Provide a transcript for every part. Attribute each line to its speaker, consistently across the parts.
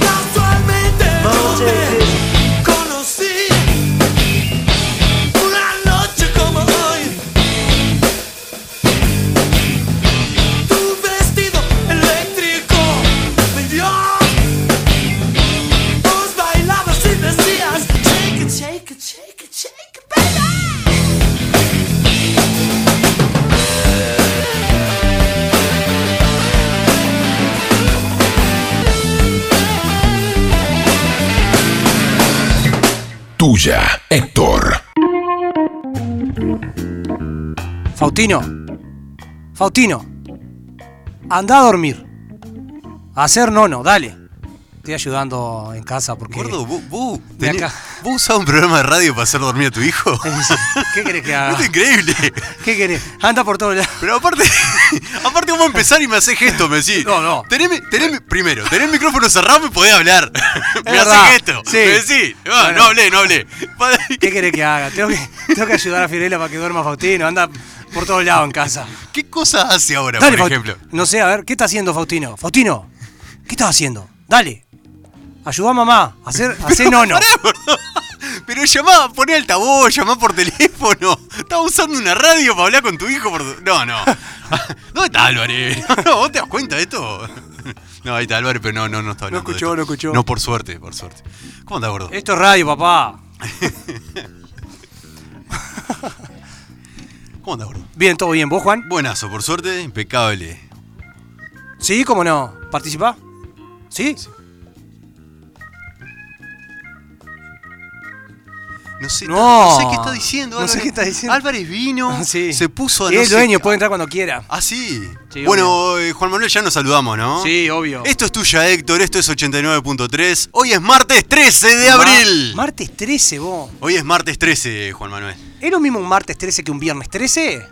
Speaker 1: Casualmente donde conocí una noche como hoy Tu vestido eléctrico me dio Vos bailabas y decías Shake it, shake it, shake it, shake it, baby
Speaker 2: Tuya, Héctor.
Speaker 3: Faustino, Faustino, anda a dormir. A hacer nono, dale. Estoy ayudando en casa porque.
Speaker 4: Gordo, vos, vos,
Speaker 3: De
Speaker 4: tenés-
Speaker 3: acá.
Speaker 4: vos usabas un programa de radio para hacer dormir a tu hijo.
Speaker 3: ¿Qué querés que haga?
Speaker 4: Es increíble.
Speaker 3: ¿Qué querés? Anda por todos lados.
Speaker 4: Pero aparte, aparte vamos a empezar y me haces gestos, me decís.
Speaker 3: No, no.
Speaker 4: Tenés, mi- tenés mi- primero, tenés el micrófono cerrado, me podés hablar. me
Speaker 3: verdad,
Speaker 4: haces gestos.
Speaker 3: sí.
Speaker 4: Me decís, "Ah,
Speaker 3: Bueno.
Speaker 4: no hablé, no hablé.
Speaker 3: ¿Qué querés que haga? Tengo que, tengo que ayudar a Fiorella para que duerma Faustino. Anda por todos lados en casa.
Speaker 4: ¿Qué cosas hace ahora,
Speaker 3: Dale,
Speaker 4: por
Speaker 3: Faust-
Speaker 4: ejemplo?
Speaker 3: No sé, a ver, ¿qué está haciendo Faustino? Faustino, ¿qué estás haciendo? Dale. Ayuda a mamá a hacer, a hacer nono.
Speaker 4: Pará, gordo. Pero llamá, poné altavoz, llamá por teléfono. Estaba usando una radio para hablar con tu hijo por... No, no. ¿Dónde está Álvarez? No, ¿vos te das cuenta de esto? No, ahí está Álvarez, pero no, no, no está hablando de
Speaker 3: escuchó,
Speaker 4: esto.
Speaker 3: no escuchó. Eh.
Speaker 4: No, por suerte, por suerte. ¿Cómo andás, gordo?
Speaker 3: Esto es radio, papá.
Speaker 4: ¿Cómo andás, gordo?
Speaker 3: Bien, todo bien. ¿Vos, Juan?
Speaker 4: Buenazo, por suerte, impecable.
Speaker 3: Sí, cómo no. ¿Participá? ¿Sí?
Speaker 4: No sé,
Speaker 3: No.
Speaker 4: no sé qué está diciendo
Speaker 3: No sé
Speaker 4: Álvarez.
Speaker 3: qué está diciendo.
Speaker 4: Álvarez vino,
Speaker 3: Ah, Sí.
Speaker 4: se puso a...
Speaker 3: Y
Speaker 4: no
Speaker 3: el
Speaker 4: sé-
Speaker 3: dueño puede entrar cuando quiera.
Speaker 4: Ah, sí.
Speaker 3: Sí,
Speaker 4: bueno, eh, Juan Manuel, ya nos saludamos, ¿no?
Speaker 3: Sí, obvio.
Speaker 4: Esto es tuya, Héctor. Esto es 89.3. Hoy es martes 13 de abril.
Speaker 3: Ma- martes 13, vos.
Speaker 4: Hoy es martes 13, Juan Manuel.
Speaker 3: ¿Es lo mismo un martes 13 que un viernes 13?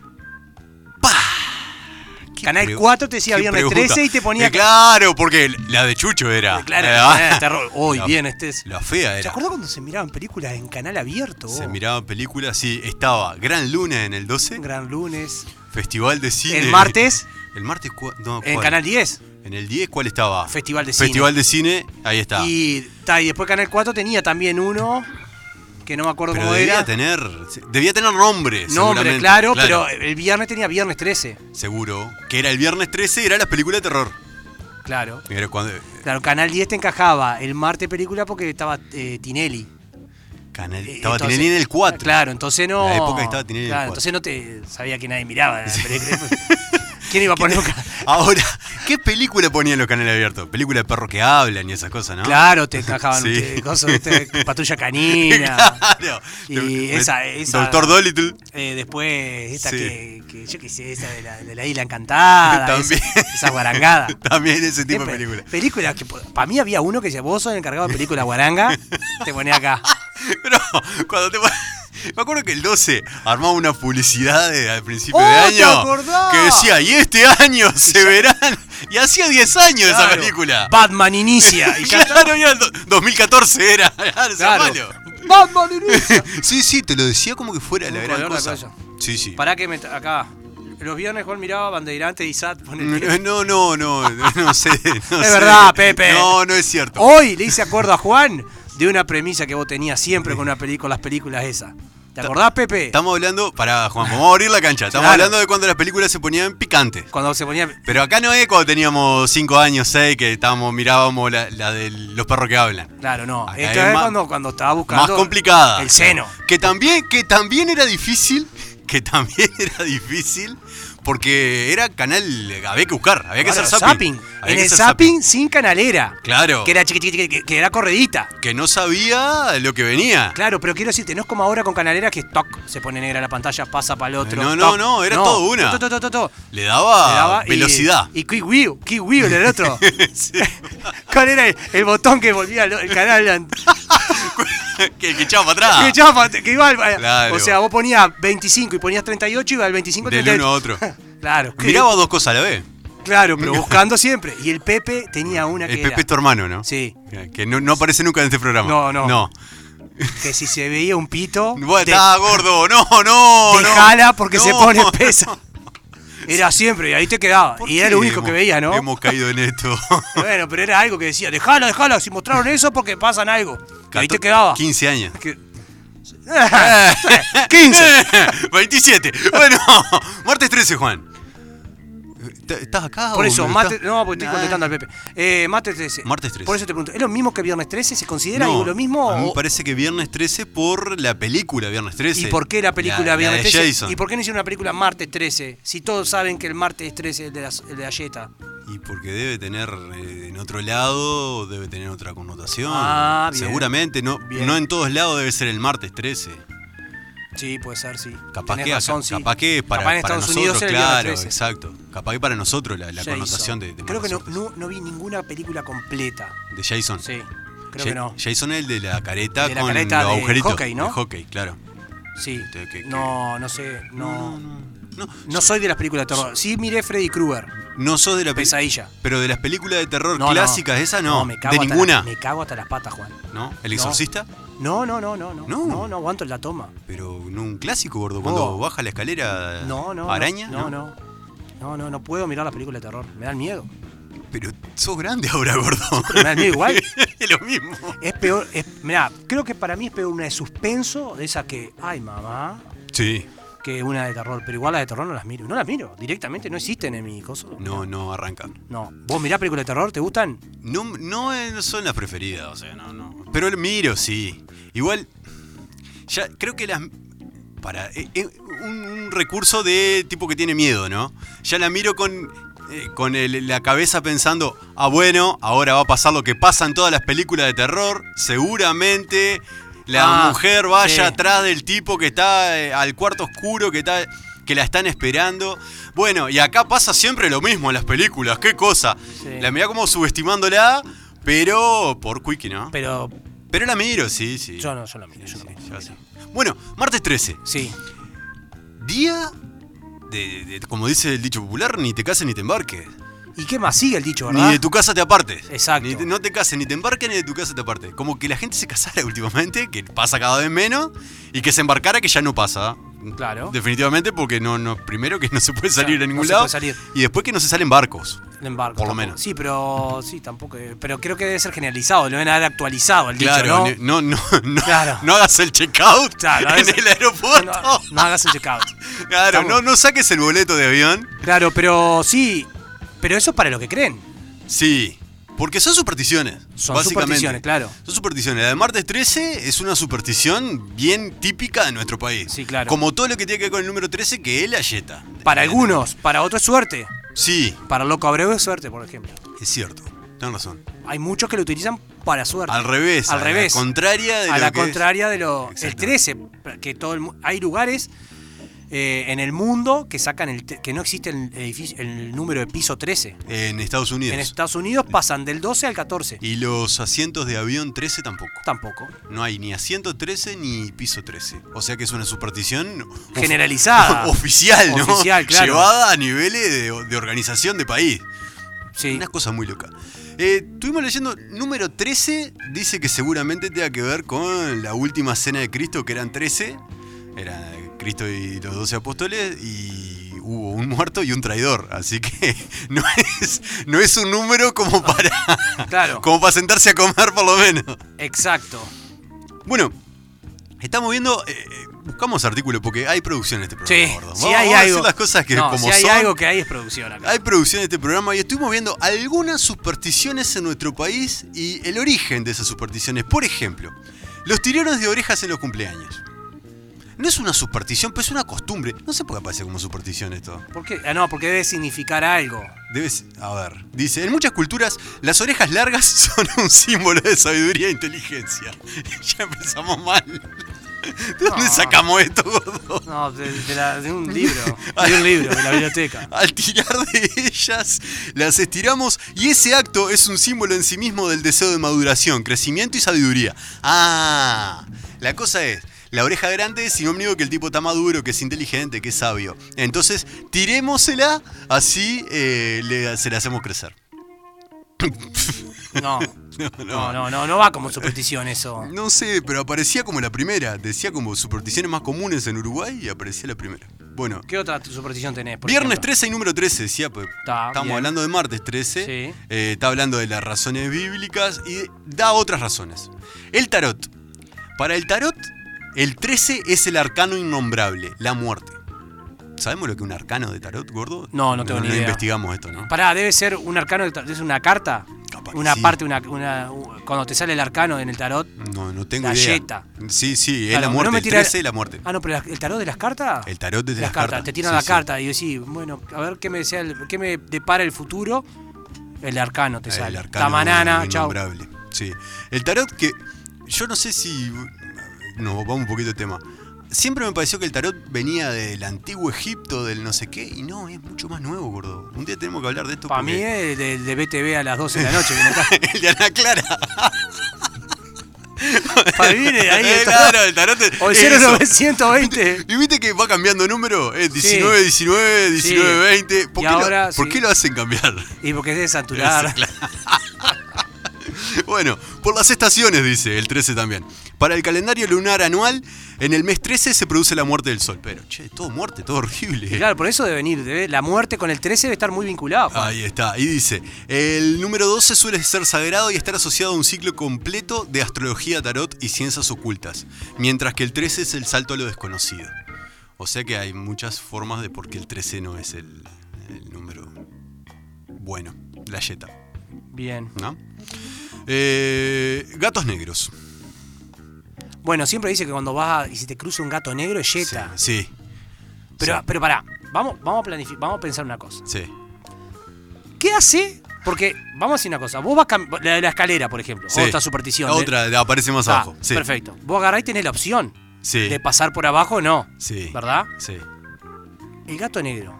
Speaker 3: Canal
Speaker 4: pregu-
Speaker 3: 4 te decía
Speaker 4: qué
Speaker 3: viernes
Speaker 4: pregunta.
Speaker 3: 13 y te ponía.
Speaker 4: Eh, claro, porque la de Chucho era.
Speaker 3: Claro,
Speaker 4: Eh,
Speaker 3: eh, terror. Hoy
Speaker 4: la-
Speaker 3: viernes 13.
Speaker 4: La fea
Speaker 3: ¿Te Oh.
Speaker 4: era.
Speaker 3: acuerdas cuando se miraban películas en canal abierto? vos?
Speaker 4: Se miraban películas, sí. Estaba Gran Luna en el 12,
Speaker 3: Gran lunes.
Speaker 4: Festival de Cine.
Speaker 3: El martes,
Speaker 4: El martes, cua- no,
Speaker 3: en
Speaker 4: ¿cuál?
Speaker 3: Canal 10.
Speaker 4: En el 10, ¿cuál estaba?
Speaker 3: Festival de
Speaker 4: Festival de Cine, ahí está.
Speaker 3: Y, ta, y después Canal 4 tenía también uno, que no me acuerdo
Speaker 4: Pero
Speaker 3: cómo
Speaker 4: debía
Speaker 3: era.
Speaker 4: tener. Debía tener
Speaker 3: Nombre,
Speaker 4: nombre. seguramente.
Speaker 3: claro, pero el viernes tenía viernes 13.
Speaker 4: Seguro. Que era el viernes 13, era las películas de terror.
Speaker 3: Claro.
Speaker 4: Era cuando.
Speaker 3: Claro, Canal 10 te encajaba el martes película porque estaba eh, Tinelli.
Speaker 4: Canal-
Speaker 3: Eh,
Speaker 4: estaba
Speaker 3: entonces-
Speaker 4: Tinelli en el 4.
Speaker 3: Claro, entonces no.
Speaker 4: La época que estaba Tinelli en el
Speaker 3: Claro,
Speaker 4: cuatro.
Speaker 3: entonces no te sabía que nadie miraba. la película. ¿Quién iba a poner un ca-
Speaker 4: Ahora, ¿qué película ponían los canales abiertos? Película de perros que hablan y esas cosas, ¿no?
Speaker 3: Claro, te encajaban
Speaker 4: Sí.
Speaker 3: eh, cosas, usted, patrulla canina.
Speaker 4: Claro.
Speaker 3: Y esa- esa-
Speaker 4: Doctor Dolittle.
Speaker 3: Eh, después, esta
Speaker 4: Sí.
Speaker 3: que, que yo qué sé, esa de la, de la Isla Encantada.
Speaker 4: También.
Speaker 3: Esa, esa guarangada.
Speaker 4: También ese tipo
Speaker 3: Siempre,
Speaker 4: de película.
Speaker 3: películas que para mí había uno que decía, vos sos el encargado de película guaranga, te ponía acá.
Speaker 4: No, cuando te. Me acuerdo que el 12 armaba una publicidad de- al principio
Speaker 3: ¡Oh,
Speaker 4: de
Speaker 3: te
Speaker 4: año
Speaker 3: acordás!
Speaker 4: que decía, y este año se verán. Y hacía 10 años de esa
Speaker 3: Claro,
Speaker 4: película.
Speaker 3: Batman inicia. Y ya,
Speaker 4: Claro, era el do- 2014 era. Claro, sea
Speaker 3: claro.
Speaker 4: malo.
Speaker 3: Batman inicia.
Speaker 4: Sí, sí, te lo decía como que fuera
Speaker 3: Como
Speaker 4: la
Speaker 3: que
Speaker 4: gran
Speaker 3: era una
Speaker 4: cosa.
Speaker 3: cosa.
Speaker 4: Sí, sí.
Speaker 3: Pará que me. tra- Acá. Los viernes Juan miraba Bandeirante y Sat. ponele.
Speaker 4: No, no, no, no, no sé. no sé.
Speaker 3: verdad, Pepe. Oh.
Speaker 4: No, no es cierto.
Speaker 3: Hoy le hice acuerdo a Juan de una premisa que vos tenías siempre con, una peli- con las películas esas. ¿Te acordás, Pepe?
Speaker 4: Estamos hablando, pará, Juan, vamos a abrir la cancha. Estamos
Speaker 3: Claro.
Speaker 4: hablando de cuando las películas se ponían picantes.
Speaker 3: Cuando se ponía.
Speaker 4: Pero acá no es cuando teníamos 5 años, 6, que estábamos, mirábamos la, la de los perros que hablan.
Speaker 3: Claro, no.
Speaker 4: Acá
Speaker 3: Esto
Speaker 4: es
Speaker 3: es,
Speaker 4: más-
Speaker 3: cuando, cuando estaba buscando.
Speaker 4: Más complicada.
Speaker 3: El seno.
Speaker 4: Que también, que también era difícil, que también era difícil, porque era canal, había que buscar, había que
Speaker 3: Claro,
Speaker 4: hacer zapping. Había
Speaker 3: En
Speaker 4: que
Speaker 3: el
Speaker 4: hacer
Speaker 3: zapping sin canalera.
Speaker 4: Claro.
Speaker 3: Que era chiquitita, que, que era corredita.
Speaker 4: que no sabía lo que venía.
Speaker 3: Claro, pero quiero decirte, no es como ahora con canalera que toc, se pone negra la pantalla, pasa para el otro.
Speaker 4: No, no,
Speaker 3: toc.
Speaker 4: no, era todo una.
Speaker 3: To, to, to, to, to.
Speaker 4: Le daba,
Speaker 3: Le daba y-
Speaker 4: Ah, velocidad.
Speaker 3: Y kiwiu, kiwiu era el otro.
Speaker 4: Sí.
Speaker 3: ¿Cuál era el, el botón que volvía lo- el canal? an-
Speaker 4: que el que echaba para atrás.
Speaker 3: Que chapa, que iba al-
Speaker 4: Claro.
Speaker 3: O sea, vos ponías 25 y ponías 38 y iba al 25 al
Speaker 4: Del
Speaker 3: 38.
Speaker 4: uno a otro.
Speaker 3: claro. que-
Speaker 4: Miraba dos cosas a la vez.
Speaker 3: Claro, pero buscando siempre. Y el Pepe tenía una que
Speaker 4: El
Speaker 3: era-
Speaker 4: Pepe es tu hermano, ¿no? Eh,
Speaker 3: Sí.
Speaker 4: Que no, no aparece nunca en este programa.
Speaker 3: No, no.
Speaker 4: No.
Speaker 3: que si se veía un pito,
Speaker 4: Vos
Speaker 3: te,
Speaker 4: estás gordo, no, no.
Speaker 3: te
Speaker 4: no.
Speaker 3: jala porque se
Speaker 4: No.
Speaker 3: pone pesa. Era siempre, y ahí te quedaba.
Speaker 4: ¿Por
Speaker 3: Y era
Speaker 4: qué
Speaker 3: lo único
Speaker 4: hemos-
Speaker 3: que veías, ¿no?
Speaker 4: Hemos caído en esto.
Speaker 3: Bueno, pero era algo que decía, dejalo, dejalo, si mostraron eso porque pasan algo. Y ahí te quedaba.
Speaker 4: 15 años.
Speaker 3: Que- 15.
Speaker 4: 27. Bueno, martes 13, Juan. ¿Est- ¿Estás acá
Speaker 3: Por
Speaker 4: o
Speaker 3: eso,
Speaker 4: no
Speaker 3: mate,
Speaker 4: estás?
Speaker 3: no, porque estoy
Speaker 4: Nah.
Speaker 3: contestando al Pepe. Eh, mate 13.
Speaker 4: Martes 13.
Speaker 3: Por eso te pregunto, ¿es lo mismo que viernes 13? ¿Se considera
Speaker 4: No,
Speaker 3: algo lo mismo?
Speaker 4: A mí me
Speaker 3: o-
Speaker 4: parece que viernes 13 por la película Viernes 13.
Speaker 3: ¿Y por qué la película
Speaker 4: La- la
Speaker 3: viernes
Speaker 4: de
Speaker 3: 13?
Speaker 4: Jason.
Speaker 3: ¿Y por qué no hicieron una película martes 13? Si todos saben que el martes es 13 es el de, las- el de la yeta.
Speaker 4: Y porque debe tener eh, en otro lado, debe tener otra connotación.
Speaker 3: Ah, bien.
Speaker 4: Seguramente, no,
Speaker 3: Bien.
Speaker 4: no en todos lados debe ser el martes 13.
Speaker 3: Sí, puede ser, sí.
Speaker 4: Capaz
Speaker 3: Tenés
Speaker 4: que,
Speaker 3: razón, sí.
Speaker 4: capaz que para,
Speaker 3: Capaz en
Speaker 4: para
Speaker 3: Estados
Speaker 4: nosotros,
Speaker 3: Unidos era el viernes
Speaker 4: claro,
Speaker 3: 13.
Speaker 4: exacto. Capaz que para nosotros la, la
Speaker 3: Jason.
Speaker 4: connotación de, de
Speaker 3: Creo que no,
Speaker 4: martes
Speaker 3: no- no vi ninguna película completa.
Speaker 4: 13. De Jason.
Speaker 3: Sí, creo
Speaker 4: Ja-
Speaker 3: que no.
Speaker 4: Jason es el de la careta
Speaker 3: De la
Speaker 4: con
Speaker 3: careta
Speaker 4: los
Speaker 3: de
Speaker 4: agujeritos.
Speaker 3: hockey, ¿no?
Speaker 4: De hockey, claro.
Speaker 3: Sí.
Speaker 4: que- este, que-
Speaker 3: No, no sé. No,
Speaker 4: No,
Speaker 3: no soy de las películas de terror. Sí miré Freddy Krueger.
Speaker 4: no sos de la peli-
Speaker 3: Pesadilla.
Speaker 4: Pero de las películas de terror
Speaker 3: No, no.
Speaker 4: clásicas, esa no.
Speaker 3: me cago
Speaker 4: de
Speaker 3: hasta
Speaker 4: ninguna.
Speaker 3: la- me cago hasta las patas, Juan.
Speaker 4: ¿No? ¿El
Speaker 3: No.
Speaker 4: exorcista?
Speaker 3: No, no, no, no. No,
Speaker 4: No.
Speaker 3: no, no aguanto la toma.
Speaker 4: Pero en un clásico, gordo, cuando
Speaker 3: No.
Speaker 4: baja la escalera
Speaker 3: No, no.
Speaker 4: Eh, araña.
Speaker 3: No, no. No, no, no, no puedo mirar las películas de terror. Me dan miedo.
Speaker 4: Pero sos grande ahora, gordo.
Speaker 3: pero me da miedo igual.
Speaker 4: es lo mismo.
Speaker 3: Es peor. Es, mirá, creo que para mí es peor una de suspenso, de esas que. Ay, mamá.
Speaker 4: Sí.
Speaker 3: Que una de terror. Pero igual las de terror no las miro. No las miro. Directamente no existen en mi coso.
Speaker 4: No, no arranca.
Speaker 3: No. ¿Vos mirás películas de terror? ¿Te gustan?
Speaker 4: No, no eh, son las preferidas, o sea, no, no. Pero el miro, sí. Igual, ya creo que las... Para, eh, eh, un, un recurso de tipo que tiene miedo, ¿no? Ya la miro con, eh, con el- la cabeza pensando, ah, bueno, ahora va a pasar lo que pasa en todas las películas de terror, seguramente la
Speaker 3: Ah,
Speaker 4: mujer vaya
Speaker 3: sí.
Speaker 4: atrás del tipo que está eh, al cuarto oscuro, que está que la están esperando. Bueno, y acá pasa siempre lo mismo en las películas, qué cosa.
Speaker 3: Sí.
Speaker 4: La mirá como subestimándola, pero por Quickie, ¿no? Pero,
Speaker 3: Pero
Speaker 4: la miro, sí, sí.
Speaker 3: yo no, yo no miro.
Speaker 4: Sí,
Speaker 3: Yo no miro.
Speaker 4: ya sé. Bueno, martes 13,
Speaker 3: Sí.
Speaker 4: día de, de- de- como dice el dicho popular, ni te cases ni te embarques.
Speaker 3: ¿Y qué más sigue el dicho, verdad?
Speaker 4: Ni de tu casa te apartes.
Speaker 3: Exacto.
Speaker 4: Ni te- no te cases, ni te embarques, ni de tu casa te apartes. Como que la gente se casara últimamente, que pasa cada vez menos, y que se embarcara, que ya no pasa.
Speaker 3: Claro.
Speaker 4: Definitivamente, porque no, no, primero que no se puede salir
Speaker 3: Claro,
Speaker 4: a ningún
Speaker 3: no se
Speaker 4: lado.
Speaker 3: puede salir.
Speaker 4: Y después que no se salen barcos.
Speaker 3: El embargo,
Speaker 4: Por lo
Speaker 3: tampoco.
Speaker 4: menos.
Speaker 3: Sí, pero sí, tampoco. eh, Pero creo que debe ser generalizado, lo deben haber actualizado el
Speaker 4: Claro,
Speaker 3: dicho, ¿no?
Speaker 4: no, no, no,
Speaker 3: Claro.
Speaker 4: no hagas el checkout
Speaker 3: Claro,
Speaker 4: en
Speaker 3: es-
Speaker 4: el aeropuerto.
Speaker 3: No, no hagas el checkout.
Speaker 4: claro,
Speaker 3: Estamos-
Speaker 4: no, no saques el boleto de avión.
Speaker 3: Claro, pero sí. Pero eso es para lo que creen.
Speaker 4: Sí, porque son supersticiones.
Speaker 3: Son
Speaker 4: básicamente.
Speaker 3: supersticiones, claro.
Speaker 4: Son supersticiones. La de martes 13 es una superstición bien típica de nuestro país.
Speaker 3: Sí, claro.
Speaker 4: Como todo lo que tiene que ver con el número 13, que es la yeta.
Speaker 3: Para algunos, para otros es suerte.
Speaker 4: Sí,
Speaker 3: Para Loco Abreu es suerte, por ejemplo.
Speaker 4: es cierto. Tienes razón.
Speaker 3: Hay muchos que lo utilizan para suerte.
Speaker 4: Al revés.
Speaker 3: Al
Speaker 4: a
Speaker 3: revés.
Speaker 4: La contraria de
Speaker 3: a
Speaker 4: lo
Speaker 3: la
Speaker 4: que es.
Speaker 3: contraria de lo. El
Speaker 4: Exacto.
Speaker 3: 13, que todo el mu- Hay lugares eh, en el mundo que sacan el. te- que no existe el, edificio- el número de piso 13.
Speaker 4: En Estados Unidos.
Speaker 3: En Estados Unidos pasan del 12 al 14.
Speaker 4: Y los asientos de avión 13 tampoco.
Speaker 3: Tampoco.
Speaker 4: No hay ni asiento 13 ni piso 13. O sea que es una superstición of-
Speaker 3: Generalizada.
Speaker 4: oficial, ¿no?
Speaker 3: Oficial, claro.
Speaker 4: Llevada a niveles de, de organización de país.
Speaker 3: Sí.
Speaker 4: Una cosa muy loca. Eh, estuvimos leyendo, número 13 dice que seguramente tenga que ver con la última cena de Cristo, que eran 13. Era Cristo y los 12 apóstoles y hubo un muerto y un traidor. Así que no es, no es un número como para,
Speaker 3: Claro.
Speaker 4: como para sentarse a comer por lo menos.
Speaker 3: Exacto.
Speaker 4: Bueno, estamos viendo. eh, eh, buscamos artículos porque hay producción en este programa.
Speaker 3: Sí.
Speaker 4: gordo.
Speaker 3: Si
Speaker 4: Vamos
Speaker 3: hay
Speaker 4: a
Speaker 3: algo.
Speaker 4: decir las cosas que
Speaker 3: No,
Speaker 4: como
Speaker 3: si hay
Speaker 4: son.
Speaker 3: algo que hay es producción acá.
Speaker 4: Hay producción en este programa y estuvimos viendo algunas supersticiones en nuestro país y el origen de esas supersticiones. Por ejemplo, los tirones de orejas en los cumpleaños. No es una superstición, pero es una costumbre. No sé por qué aparece como superstición esto.
Speaker 3: ¿Por qué? Ah, no, porque debe significar algo.
Speaker 4: Debes. A ver. Dice: En muchas culturas, las orejas largas son un símbolo de sabiduría e inteligencia. ya empezamos mal. ¿De dónde sacamos esto, gordo?
Speaker 3: No, de, de la- de un libro. De un libro, de la biblioteca.
Speaker 4: Al tirar de ellas, las estiramos y ese acto es un símbolo en sí mismo del deseo de maduración, crecimiento y sabiduría. Ah, la cosa es, la oreja grande es sinónimo que el tipo está maduro, que es inteligente, que es sabio. Entonces, tirémosela, así eh, le- se la hacemos crecer.
Speaker 3: No. No, no, no, no va como superstición eso.
Speaker 4: No sé, pero aparecía como la primera. Decía como supersticiones más comunes en Uruguay y aparecía la primera. Bueno,
Speaker 3: ¿Qué otra tu- superstición tenés? por
Speaker 4: viernes
Speaker 3: ejemplo?
Speaker 4: 13 y número 13, decía. pues,
Speaker 3: Está
Speaker 4: estamos
Speaker 3: bien.
Speaker 4: hablando de martes 13.
Speaker 3: Sí.
Speaker 4: eh, está hablando de las razones bíblicas y da otras razones. El tarot. Para el tarot, el 13 es el arcano innombrable, la muerte. ¿Sabemos lo que es un arcano de tarot, gordo?
Speaker 3: No, no tengo ni idea.
Speaker 4: investigamos esto, ¿no?
Speaker 3: Pará, debe ser un arcano. del ta- ¿Es una carta?
Speaker 4: Capaz que
Speaker 3: Una
Speaker 4: sí.
Speaker 3: parte, una, una- u- Cuando te sale el arcano en el tarot.
Speaker 4: No, no tengo idea.
Speaker 3: Galleta.
Speaker 4: Sí, sí, es
Speaker 3: Claro,
Speaker 4: la
Speaker 3: no
Speaker 4: muerte.
Speaker 3: me
Speaker 4: el
Speaker 3: tira-
Speaker 4: 13 es la muerte.
Speaker 3: Ah, no, pero la- el tarot de las cartas.
Speaker 4: El tarot de
Speaker 3: de
Speaker 4: las,
Speaker 3: las cartas. Te tiran
Speaker 4: Sí,
Speaker 3: la
Speaker 4: sí.
Speaker 3: carta y decís, bueno, a ver qué me desea el- qué me depara el futuro. El arcano te sale.
Speaker 4: El
Speaker 3: La
Speaker 4: arcano
Speaker 3: manana, chau.
Speaker 4: innombrable. Sí. El tarot que. Yo no sé si. Nos vamos un poquito de tema. Siempre me pareció que el tarot venía del antiguo Egipto, del no sé qué, y no, es mucho más nuevo, gordo. Un día tenemos que hablar de esto.
Speaker 3: Para mí
Speaker 4: porque-
Speaker 3: es de, de BTV a las 12 de la noche. viene acá.
Speaker 4: El de Ana Clara.
Speaker 3: Para mí viene ahí.
Speaker 4: Eh,
Speaker 3: el tarot.
Speaker 4: claro, el tarot. es
Speaker 3: O el
Speaker 4: eso.
Speaker 3: 0920.
Speaker 4: Y viste que va cambiando número, es 19, 19,
Speaker 3: Sí.
Speaker 4: 19, 20. ¿Por,
Speaker 3: Y
Speaker 4: qué, lo-
Speaker 3: ahora,
Speaker 4: por
Speaker 3: sí.
Speaker 4: qué lo hacen cambiar?
Speaker 3: Y porque es de saturar.
Speaker 4: Bueno, por las estaciones, dice el 13 también. Para el calendario lunar anual, en el mes 13 se produce la muerte del sol. Pero, che, todo muerte, todo horrible.
Speaker 3: Y Claro, por eso debe venir. debe- la muerte con el 13 debe estar muy vinculada. Juan.
Speaker 4: Ahí está, y dice, el número 12 suele ser sagrado y estar asociado a un ciclo completo de astrología, tarot y ciencias ocultas, mientras que el 13 es el salto a lo desconocido. O sea que hay muchas formas de por qué el 13 no es el, el número bueno, la yeta,
Speaker 3: Bien.
Speaker 4: ¿no? Eh, gatos negros.
Speaker 3: Bueno, siempre dice que cuando vas a- y si te cruza un gato negro es yeta.
Speaker 4: Sí,
Speaker 3: pero,
Speaker 4: sí.
Speaker 3: pero pará, vamos, vamos, a planifi- vamos a pensar una cosa.
Speaker 4: sí.
Speaker 3: ¿Qué hace? Porque, vamos a decir una cosa, vos vas cam- la de la escalera, por ejemplo,
Speaker 4: Sí.
Speaker 3: otra superstición.
Speaker 4: La
Speaker 3: de-
Speaker 4: Otra, la aparece más
Speaker 3: Está,
Speaker 4: abajo. Sí.
Speaker 3: Perfecto. Vos agarrás y tenés la opción
Speaker 4: Sí.
Speaker 3: de pasar por abajo o no.
Speaker 4: Sí.
Speaker 3: ¿Verdad?
Speaker 4: Sí.
Speaker 3: El gato negro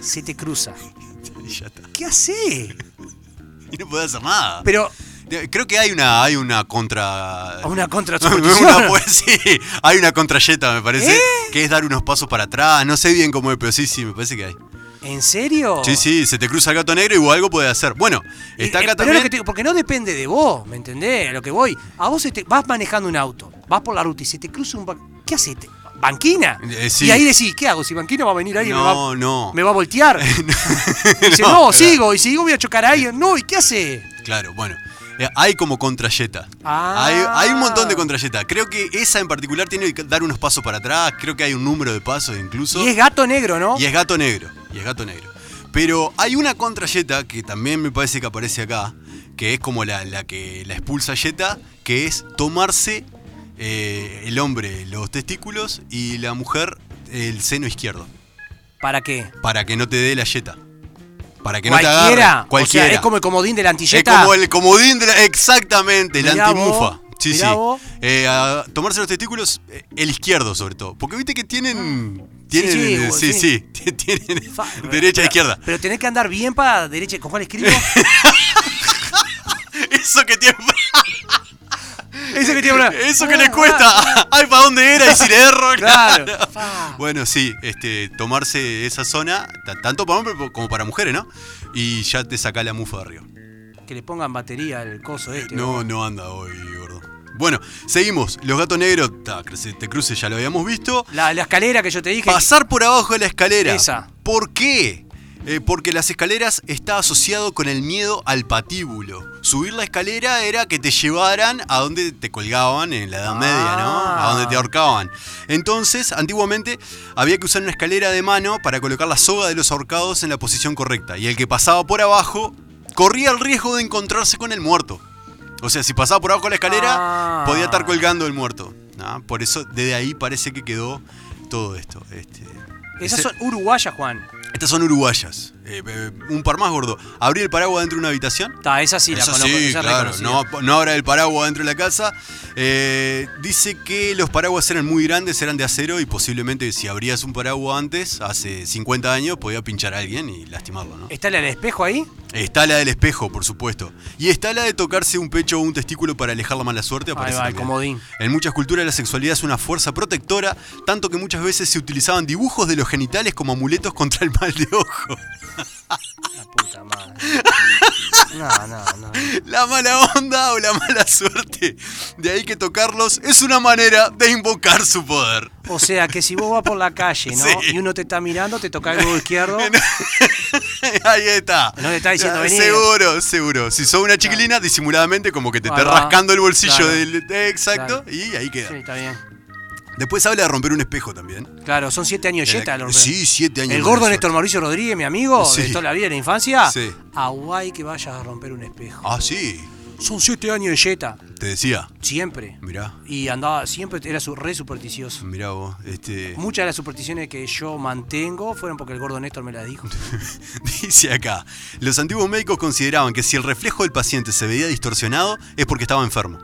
Speaker 3: se te cruza.
Speaker 4: Y ya está.
Speaker 3: ¿Qué hace?
Speaker 4: Y no puede hacer nada.
Speaker 3: Pero
Speaker 4: Eh, Creo que hay una, hay una contra.
Speaker 3: a una contra
Speaker 4: Una, pues, sí, hay una contrayeta, me parece,
Speaker 3: ¿Eh?
Speaker 4: que es dar unos pasos para atrás. No sé bien cómo es, pero sí, sí, me parece que hay.
Speaker 3: ¿En serio?
Speaker 4: Sí, sí, se te cruza el gato negro y algo puede hacer. Bueno,
Speaker 3: Oh. Y-
Speaker 4: está
Speaker 3: eh, pero
Speaker 4: acá
Speaker 3: es lo
Speaker 4: también.
Speaker 3: que te digo, porque no depende de vos, ¿me entendés? A lo que voy. A vos se te- vas manejando un auto, vas por la ruta y se te cruza un... ba- ¿Qué haces? Te- ¿Banquina?
Speaker 4: Eh, sí.
Speaker 3: Y ahí decís, ¿qué hago? Si banquina va a venir ahí y me
Speaker 4: No,
Speaker 3: va,
Speaker 4: no.
Speaker 3: me va a voltear. Y dice,
Speaker 4: No,
Speaker 3: no,
Speaker 4: claro.
Speaker 3: sigo, y si sigo voy a chocar a alguien. No, ¿y qué hace?
Speaker 4: Claro, bueno. Eh, Hay como contrayeta.
Speaker 3: Ah.
Speaker 4: Hay, hay un montón de contrayeta. Creo que esa en particular tiene que dar unos pasos para atrás. Creo que hay un número de pasos incluso.
Speaker 3: Y es gato negro, ¿no?
Speaker 4: Y es gato negro. Y es gato negro. Pero hay una contra Jetta que también me parece que aparece acá, que es como la, la que la expulsa Jetta, que es tomarse eh, el hombre los testículos y la mujer el seno izquierdo.
Speaker 3: ¿Para qué?
Speaker 4: Para que no te dé la Jetta. Para que no te
Speaker 3: cualquiera.
Speaker 4: agarre. Cualquiera.
Speaker 3: O sea, es como el comodín de la
Speaker 4: Es
Speaker 3: antilleta.
Speaker 4: Eh, como el comodín de la- exactamente,
Speaker 3: Mirá
Speaker 4: la antimufa.
Speaker 3: vos,
Speaker 4: Sí, sí.
Speaker 3: mirá vos.
Speaker 4: Eh, a tomarse los testículos, eh, el izquierdo sobre todo. Porque viste que tienen. tienen
Speaker 3: Ah. sí,
Speaker 4: eh,
Speaker 3: vos,
Speaker 4: sí,
Speaker 3: sí.
Speaker 4: sí, tienen
Speaker 3: Fa-
Speaker 4: derecha e izquierda.
Speaker 3: Pero tenés que andar bien para derecha. ¿Con cuál escribo?
Speaker 4: Eso que tiene.
Speaker 3: Ese que tiene una-
Speaker 4: Eso que le
Speaker 3: Ah,
Speaker 4: cuesta. Ay, ¿para dónde era? Y si le erro,
Speaker 3: Claro.
Speaker 4: claro. Bueno, sí, este, tomarse esa zona, ta- tanto para hombres como para mujeres, ¿no? Y ya te saca la mufa de arriba.
Speaker 3: Que le pongan batería al coso este.
Speaker 4: No, no anda hoy, gordo. Bueno, seguimos. Los gatos negros, ta, crece- te cruce, ya lo habíamos visto.
Speaker 3: La, la escalera que yo te dije.
Speaker 4: Pasar por abajo de la escalera.
Speaker 3: Esa.
Speaker 4: ¿Por qué? Eh, porque las escaleras está asociado con el miedo al patíbulo. Subir la escalera era que te llevaran a donde te colgaban en la Edad Media, ¿no? A donde
Speaker 3: Ah.
Speaker 4: te ahorcaban. Entonces, antiguamente había que usar una escalera de mano para colocar la soga de los ahorcados en la posición correcta. Y el que pasaba por abajo corría el riesgo de encontrarse con el muerto. O sea, si pasaba por abajo de la escalera,
Speaker 3: Ah.
Speaker 4: podía estar colgando el muerto. ¿no? Por eso, desde ahí parece que quedó todo esto. Este,
Speaker 3: Esas
Speaker 4: ese-
Speaker 3: son uruguayas, Juan.
Speaker 4: Estas son uruguayas. eh, eh, un par más gordo. Abrir el paraguas dentro de una habitación.
Speaker 3: Ta, esa sí, la
Speaker 4: Esa
Speaker 3: conozco.
Speaker 4: sí,
Speaker 3: esa es
Speaker 4: claro,
Speaker 3: reconocida.
Speaker 4: no, no abra el paraguas dentro de la casa. Eh, dice que los paraguas eran muy grandes, eran de acero y posiblemente si abrías un paraguas antes, hace 50 años, podía pinchar a alguien y lastimarlo, ¿no?
Speaker 3: ¿Está la del espejo ahí?
Speaker 4: Está la del espejo, por supuesto. Y está la de tocarse un pecho o un testículo para alejar la mala suerte. aparece
Speaker 3: va, el
Speaker 4: también.
Speaker 3: comodín.
Speaker 4: En muchas culturas la sexualidad es una fuerza protectora, tanto que muchas veces se utilizaban dibujos de los genitales como amuletos contra el mal de ojo.
Speaker 3: La puta madre. No, no, no.
Speaker 4: La mala onda o la mala suerte. De ahí que tocarlos es una manera de invocar su poder.
Speaker 3: O sea que si vos vas por la calle, ¿no?
Speaker 4: Sí.
Speaker 3: Y uno te está mirando, te toca el huevo izquierdo.
Speaker 4: Ahí está.
Speaker 3: No te está diciendo,
Speaker 4: Ah,
Speaker 3: vení.
Speaker 4: Seguro, seguro. Si sos una chiquilina, disimuladamente como que te
Speaker 3: Ahí
Speaker 4: está
Speaker 3: va.
Speaker 4: rascando el bolsillo
Speaker 3: Claro.
Speaker 4: del... eh, Exacto.
Speaker 3: Claro.
Speaker 4: Y ahí queda.
Speaker 3: Sí, está bien.
Speaker 4: Después habla de romper un espejo también.
Speaker 3: Claro, son siete años yeta.
Speaker 4: Eh,
Speaker 3: lo-
Speaker 4: sí, siete años.
Speaker 3: El
Speaker 4: de
Speaker 3: gordo
Speaker 4: mala
Speaker 3: Néstor
Speaker 4: suerte.
Speaker 3: Mauricio Rodríguez, mi amigo, de
Speaker 4: Sí.
Speaker 3: toda la vida de la infancia.
Speaker 4: Sí.
Speaker 3: Aguay que vayas a romper un espejo.
Speaker 4: Ah, sí.
Speaker 3: Son siete años de yeta.
Speaker 4: Te decía.
Speaker 3: Siempre.
Speaker 4: Mirá,
Speaker 3: Y andaba, siempre era su- re supersticioso.
Speaker 4: mirá vos. Este...
Speaker 3: Muchas de las supersticiones que yo mantengo fueron porque el gordo Néstor me las dijo.
Speaker 4: Dice acá, los antiguos médicos consideraban que si el reflejo del paciente se veía distorsionado es porque estaba enfermo.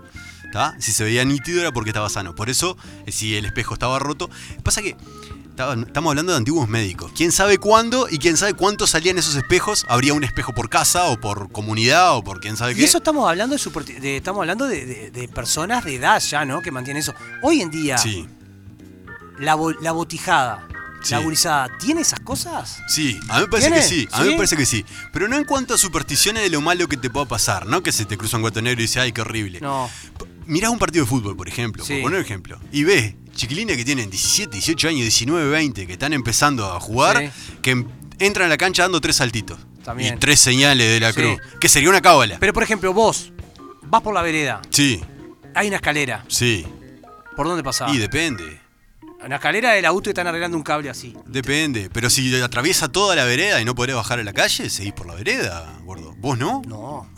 Speaker 4: ¿tá? Si se veía nítido era porque estaba sano. Por eso, eh, si el espejo estaba roto... Pasa que estaba- estamos hablando de antiguos médicos. ¿Quién sabe cuándo y quién sabe cuánto salían esos espejos? ¿Habría un espejo por casa o por comunidad o por quién sabe qué?
Speaker 3: Y eso estamos hablando de, superti- de- estamos hablando de, de- de personas de edad ya, ¿no? Que mantienen eso. Hoy en día,
Speaker 4: Sí,
Speaker 3: la, bo- la botijada,
Speaker 4: Sí.
Speaker 3: la gurizada, ¿tiene esas cosas?
Speaker 4: sí, a mí me parece que
Speaker 3: ¿Tiene?
Speaker 4: sí, a mí
Speaker 3: ¿Sí?
Speaker 4: me parece que sí. Pero no en cuanto a supersticiones de lo malo que te pueda pasar, ¿no? Que se te cruza un gato negro y dice, ay, qué horrible.
Speaker 3: No.
Speaker 4: Mirás un partido de fútbol, por ejemplo,
Speaker 3: Sí.
Speaker 4: por poner un ejemplo, y ves chiquilines que tienen 17, 18 años, 19, 20, que están empezando a jugar, que em- entran a la cancha dando tres saltitos.
Speaker 3: También.
Speaker 4: Y tres señales de la
Speaker 3: Sí.
Speaker 4: cruz. Que sería una cábala.
Speaker 3: Pero por ejemplo, vos vas por la vereda,
Speaker 4: Sí,
Speaker 3: hay una escalera.
Speaker 4: sí.
Speaker 3: ¿Por dónde pasás?
Speaker 4: Y depende.
Speaker 3: Una escalera del auto y están arreglando un cable así.
Speaker 4: Depende. Pero si atraviesa toda la vereda y no podés bajar a la calle, seguís por la vereda, gordo. ¿Vos no?
Speaker 3: No.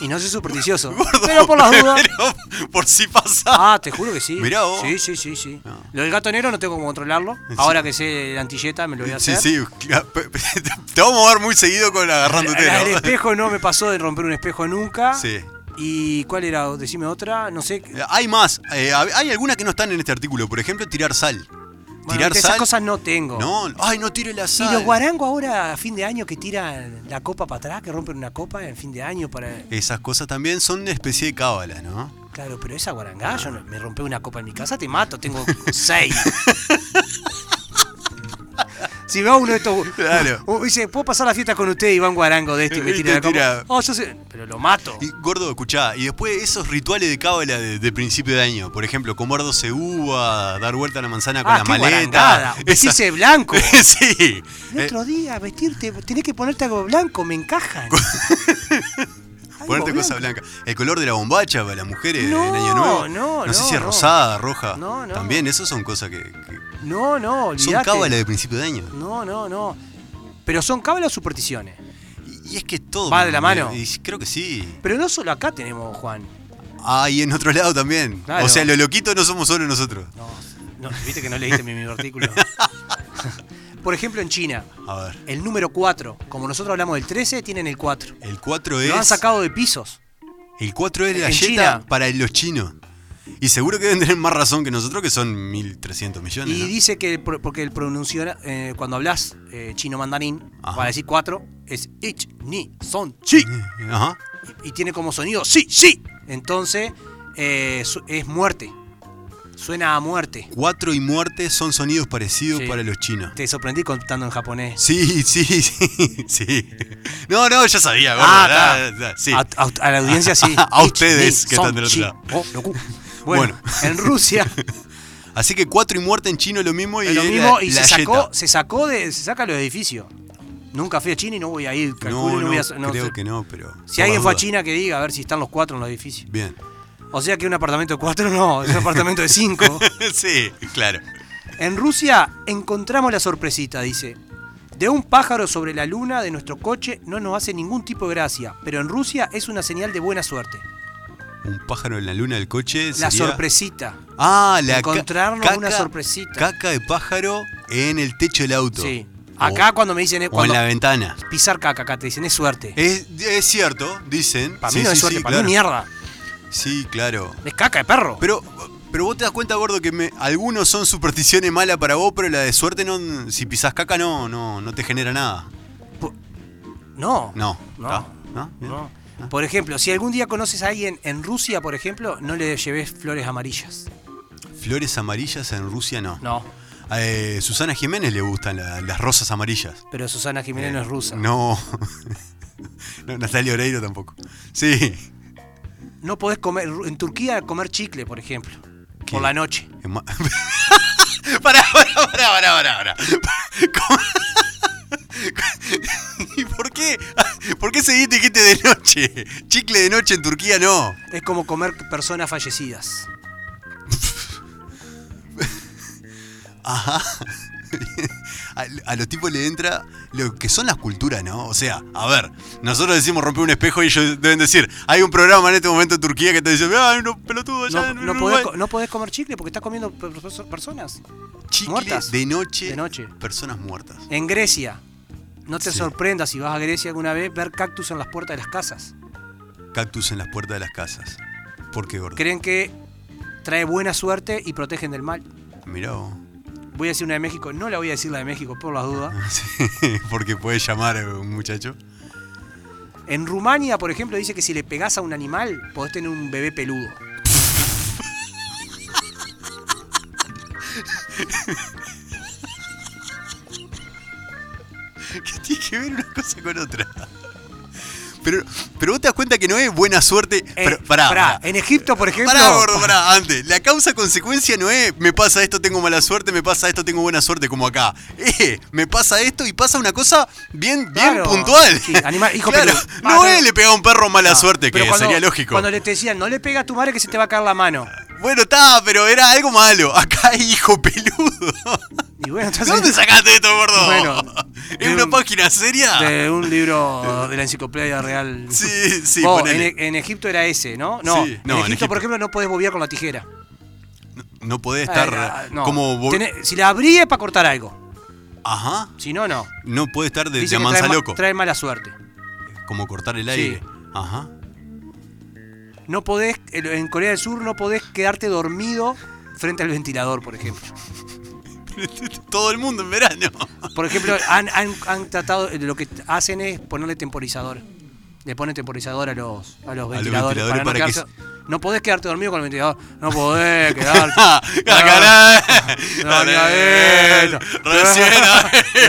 Speaker 3: y no soy supersticioso.
Speaker 4: Gordo,
Speaker 3: pero por las dudas.
Speaker 4: pero por si pasa.
Speaker 3: Ah, te juro que sí.
Speaker 4: Mirá vos.
Speaker 3: Sí, sí, sí, sí.
Speaker 4: No.
Speaker 3: Lo del gato negro no tengo cómo controlarlo. Ahora que sé la antilleta me lo voy a
Speaker 4: Sí,
Speaker 3: hacer.
Speaker 4: sí. claro, pe- pe- Te vamos a ver muy seguido con agarrándote.
Speaker 3: La del
Speaker 4: ¿no?
Speaker 3: espejo no me pasó de romper un espejo nunca.
Speaker 4: Sí.
Speaker 3: ¿Y cuál era? Decime otra. No sé.
Speaker 4: Eh, Hay más, eh, hab- hay algunas que no están en este artículo, por ejemplo, tirar sal.
Speaker 3: Bueno,
Speaker 4: tirar
Speaker 3: viste,
Speaker 4: sal.
Speaker 3: Esas cosas no tengo.
Speaker 4: No, ay, no tire la sal.
Speaker 3: Oh. Y los guarangos ahora a fin de año que tiran la copa para atrás, que rompen una copa en fin de año para...
Speaker 4: Esas cosas también son una especie de cábala, ¿no?
Speaker 3: Claro, pero esa guarangá, yo no- me rompí una copa en mi casa, te mato, tengo seis. si va uno de estos...
Speaker 4: Claro.
Speaker 3: o dice, ¿puedo pasar la fiesta con usted y va un guarango de este y me
Speaker 4: Y
Speaker 3: tira la
Speaker 4: te
Speaker 3: copa?
Speaker 4: tira.
Speaker 3: Oh, yo sé- Pero lo mato.
Speaker 4: Y, gordo, escuchá, y después esos rituales de cábala de, de principio de año, por ejemplo, comer 12 uvas, dar vuelta a la manzana con
Speaker 3: Ah,
Speaker 4: la
Speaker 3: qué
Speaker 4: maleta.
Speaker 3: guarangada, vestirse de blanco.
Speaker 4: sí. Eh.
Speaker 3: El otro día, vestirte, tenés que ponerte algo blanco, me encajan. Algo
Speaker 4: Ponerte cosas
Speaker 3: blanco.
Speaker 4: blancas. El color de la bombacha para las mujeres
Speaker 3: No,
Speaker 4: en Año Nuevo.
Speaker 3: no,
Speaker 4: sé
Speaker 3: no,
Speaker 4: si es
Speaker 3: no.
Speaker 4: rosada, roja.
Speaker 3: No, no.
Speaker 4: También, esas son cosas que. que-
Speaker 3: No, no,
Speaker 4: son
Speaker 3: olvidate.
Speaker 4: cábala de principio de año.
Speaker 3: No, no, no. Pero son cábalas o supersticiones.
Speaker 4: Y es que todo.
Speaker 3: Va de la mano.
Speaker 4: Y creo que sí.
Speaker 3: Pero no solo acá tenemos, Juan.
Speaker 4: Ah, y en otro lado también.
Speaker 3: Claro.
Speaker 4: O sea, los loquitos no somos solo nosotros.
Speaker 3: No, no, viste que no leíste mi, mi artículo. Por ejemplo, en China,
Speaker 4: A ver.
Speaker 3: el número 4, como nosotros hablamos del 13, tienen el 4.
Speaker 4: El 4 es.
Speaker 3: Lo han sacado de pisos.
Speaker 4: El 4 es la
Speaker 3: en
Speaker 4: yeta
Speaker 3: China.
Speaker 4: para los chinos. Y seguro que deben tener más razón que nosotros, que son 1.300 millones.
Speaker 3: Y
Speaker 4: ¿no?
Speaker 3: dice que el pro- porque el pronuncio, eh, cuando hablas eh, chino mandarín,
Speaker 4: Ajá.
Speaker 3: para decir 4, es ich, ni, son, chi.
Speaker 4: Ajá.
Speaker 3: Y tiene como sonido sí, sí. Entonces, eh, su- es muerte. Suena a muerte.
Speaker 4: 4 y muerte son sonidos parecidos
Speaker 3: Sí.
Speaker 4: para los chinos.
Speaker 3: Te sorprendí contando en japonés.
Speaker 4: Sí, sí, sí, sí. No, no, yo sabía, gordo.
Speaker 3: Ah,
Speaker 4: da, da, sí.
Speaker 3: A, a- a la audiencia sí.
Speaker 4: A ustedes que están del otro
Speaker 3: chi,
Speaker 4: lado.
Speaker 3: oh, locu. Bueno,
Speaker 4: Bueno.
Speaker 3: en Rusia
Speaker 4: Así que 4 y muerte en chino es lo mismo y
Speaker 3: es lo
Speaker 4: es
Speaker 3: mismo
Speaker 4: la-
Speaker 3: y
Speaker 4: la
Speaker 3: se sacó,
Speaker 4: yeta.
Speaker 3: se sacó de, se saca los edificios. Nunca fui a China y no voy a ir. calculo y
Speaker 4: No,
Speaker 3: no voy a-
Speaker 4: no,
Speaker 3: no
Speaker 4: creo
Speaker 3: sé.
Speaker 4: que no, pero.
Speaker 3: Si alguien fue a
Speaker 4: duda.
Speaker 3: China que diga a ver si están los cuatro en los edificios.
Speaker 4: Bien.
Speaker 3: O sea que un apartamento de cuatro no, es un apartamento de cinco.
Speaker 4: sí, claro.
Speaker 3: En Rusia encontramos la sorpresita, dice. De un pájaro sobre la luna de nuestro coche no nos hace ningún tipo de gracia, pero en Rusia es una señal de buena suerte.
Speaker 4: Un pájaro en la luna del coche.
Speaker 3: La
Speaker 4: sería-
Speaker 3: sorpresita.
Speaker 4: Ah, la ca-
Speaker 3: Encontrarnos
Speaker 4: caca-
Speaker 3: una sorpresita.
Speaker 4: Caca de pájaro en el techo del auto.
Speaker 3: Sí. Acá cuando me dicen eh,
Speaker 4: O en
Speaker 3: cuando
Speaker 4: la ventana.
Speaker 3: pisar caca, acá te dicen es suerte.
Speaker 4: Es, es cierto, dicen.
Speaker 3: para
Speaker 4: Sí,
Speaker 3: mí no es
Speaker 4: sí,
Speaker 3: suerte,
Speaker 4: sí,
Speaker 3: para mí es
Speaker 4: claro.
Speaker 3: mierda.
Speaker 4: Sí, claro.
Speaker 3: Es caca de perro.
Speaker 4: Pero, pero vos te das cuenta, gordo, que me- algunos son supersticiones malas para vos, pero la de suerte no. Si pisás caca no, no, no te genera nada.
Speaker 3: no.
Speaker 4: No.
Speaker 3: No.
Speaker 4: Ah, ¿no? Bien.
Speaker 3: no. Por ejemplo, si algún día conoces a alguien en Rusia, por ejemplo, no le lleves flores amarillas.
Speaker 4: Flores amarillas en Rusia no.
Speaker 3: No.
Speaker 4: A eh, Susana Jiménez le gustan la- las rosas amarillas.
Speaker 3: Pero Susana Jiménez no es rusa.
Speaker 4: Eh, No. no. Natalia Oreiro tampoco. Sí.
Speaker 3: No podés comer, en Turquía comer chicle, por ejemplo,
Speaker 4: ¿Qué?
Speaker 3: por la noche.
Speaker 4: Es ma- pará, pará, pará, pará, pará, pará. ¿Cómo- ¿Y por qué? ¿Por qué seguiste y dijiste de noche? Chicle de noche en Turquía no.
Speaker 3: Es como comer personas fallecidas.
Speaker 4: Ajá. A, a los tipos le entra lo que son las culturas, ¿no? O sea, a ver, nosotros decimos romper un espejo y ellos deben decir, hay un programa en este momento en Turquía que te dice, ah, unos pelotudos allá
Speaker 3: No,
Speaker 4: en
Speaker 3: no podés,
Speaker 4: Uruguay".
Speaker 3: co- no podés comer chicle porque estás comiendo per- perso- personas.
Speaker 4: Chicle
Speaker 3: muertas.
Speaker 4: de noche,
Speaker 3: De noche.
Speaker 4: personas muertas.
Speaker 3: En Grecia, no te
Speaker 4: Sí.
Speaker 3: sorprendas si vas a Grecia alguna vez ver cactus en las puertas de las casas.
Speaker 4: Cactus en las puertas de las casas. ¿Por qué, gordo?
Speaker 3: Creen que trae buena suerte y protegen del mal.
Speaker 4: Mirá vos.
Speaker 3: Voy a decir una de México, no la voy a decir la de México por las dudas.
Speaker 4: Sí, porque puede llamar eh, un muchacho.
Speaker 3: En Rumania, por ejemplo, dice que si le pegás a un animal, podés tener un bebé peludo.
Speaker 4: ¿Qué tiene que ver una cosa con otra? Pero, pero vos te das cuenta que no es buena suerte.
Speaker 3: Eh,
Speaker 4: pero, pará,
Speaker 3: pará,
Speaker 4: pará.
Speaker 3: En Egipto, por ejemplo.
Speaker 4: Pará, gordo, pará, antes. La causa-consecuencia no es me pasa esto, tengo mala suerte, me pasa esto, tengo buena suerte, como acá. Eh, me pasa esto y pasa una cosa bien, bien
Speaker 3: Claro.
Speaker 4: puntual.
Speaker 3: Sí, animal- hijo
Speaker 4: Claro,
Speaker 3: peludo. Ah,
Speaker 4: No
Speaker 3: no.
Speaker 4: es le pega a un perro mala
Speaker 3: No,
Speaker 4: suerte, que
Speaker 3: Ah, pero cuando-
Speaker 4: sería lógico.
Speaker 3: Cuando le te decían, no le pega a tu madre que se te va a caer la mano.
Speaker 4: Bueno, está, pero era algo malo. Acá hay hijo peludo.
Speaker 3: Y bueno,
Speaker 4: ¿De
Speaker 3: entonces.
Speaker 4: ¿Dónde sacaste esto, gordo?
Speaker 3: Bueno,
Speaker 4: ¿Es
Speaker 3: de
Speaker 4: una
Speaker 3: un-
Speaker 4: página seria?
Speaker 3: De un libro de la enciclopedia real.
Speaker 4: Sí, sí,
Speaker 3: Oh, en,
Speaker 4: ponele.
Speaker 3: E- en Egipto era ese, ¿no? No,
Speaker 4: Sí,
Speaker 3: en, Egipto, por ejemplo, no podés bobear con la tijera.
Speaker 4: No podés estar
Speaker 3: Ah, ah, no.
Speaker 4: como vos-
Speaker 3: Tené- si la abrí es para cortar algo.
Speaker 4: Ajá.
Speaker 3: Si no, no.
Speaker 4: No podés estar de,
Speaker 3: Dice
Speaker 4: de
Speaker 3: que
Speaker 4: mansa
Speaker 3: trae, ma-
Speaker 4: loco.
Speaker 3: trae mala suerte.
Speaker 4: Como cortar el aire. Ajá.
Speaker 3: No podés, en en Corea del Sur no podés quedarte dormido frente al ventilador, por ejemplo.
Speaker 4: Todo el mundo en verano.
Speaker 3: Por ejemplo, han, han- han tratado, eh, lo que hacen es ponerle temporizador. Le ponen temporizador a los, a los ventiladores.
Speaker 4: ventiladores
Speaker 3: para no,
Speaker 4: para que
Speaker 3: quedarse- no podés quedarte dormido con el ventilador. No podés quedarte.
Speaker 4: Ah, caray.
Speaker 3: No,
Speaker 4: Dale,
Speaker 3: no, no.
Speaker 4: Recién.
Speaker 3: Qué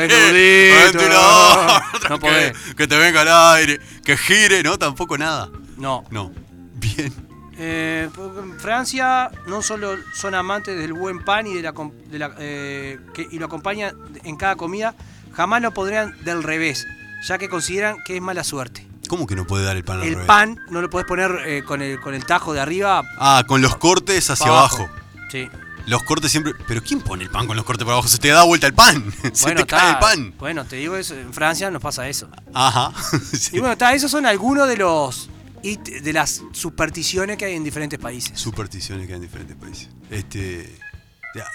Speaker 3: culito,
Speaker 4: Ventilador.
Speaker 3: no. No
Speaker 4: Que-
Speaker 3: podés.
Speaker 4: Que te venga el aire. Que gire, ¿no? Tampoco nada.
Speaker 3: No.
Speaker 4: No. Bien.
Speaker 3: Eh, porque en Francia no solo son amantes del buen pan y, de la, com- de la, eh, que- y lo acompañan en cada comida, jamás lo podrían del revés, ya que consideran que es mala suerte.
Speaker 4: ¿Cómo que no puede dar el pan al
Speaker 3: El
Speaker 4: revés?
Speaker 3: pan no lo podés poner eh, con, el, con el tajo de arriba
Speaker 4: Ah, con los cortes hacia
Speaker 3: pa'
Speaker 4: abajo.
Speaker 3: Sí.
Speaker 4: Los cortes siempre. ¿Pero quién pone el pan con los cortes para abajo? Se te da vuelta el pan. Se te
Speaker 3: está.
Speaker 4: cae el pan.
Speaker 3: Bueno, te digo eso, en Francia nos pasa eso.
Speaker 4: Ajá. Sí.
Speaker 3: Y bueno, está, esos son algunos de los it- de las supersticiones que hay en diferentes países.
Speaker 4: Supersticiones que hay en diferentes países. Este.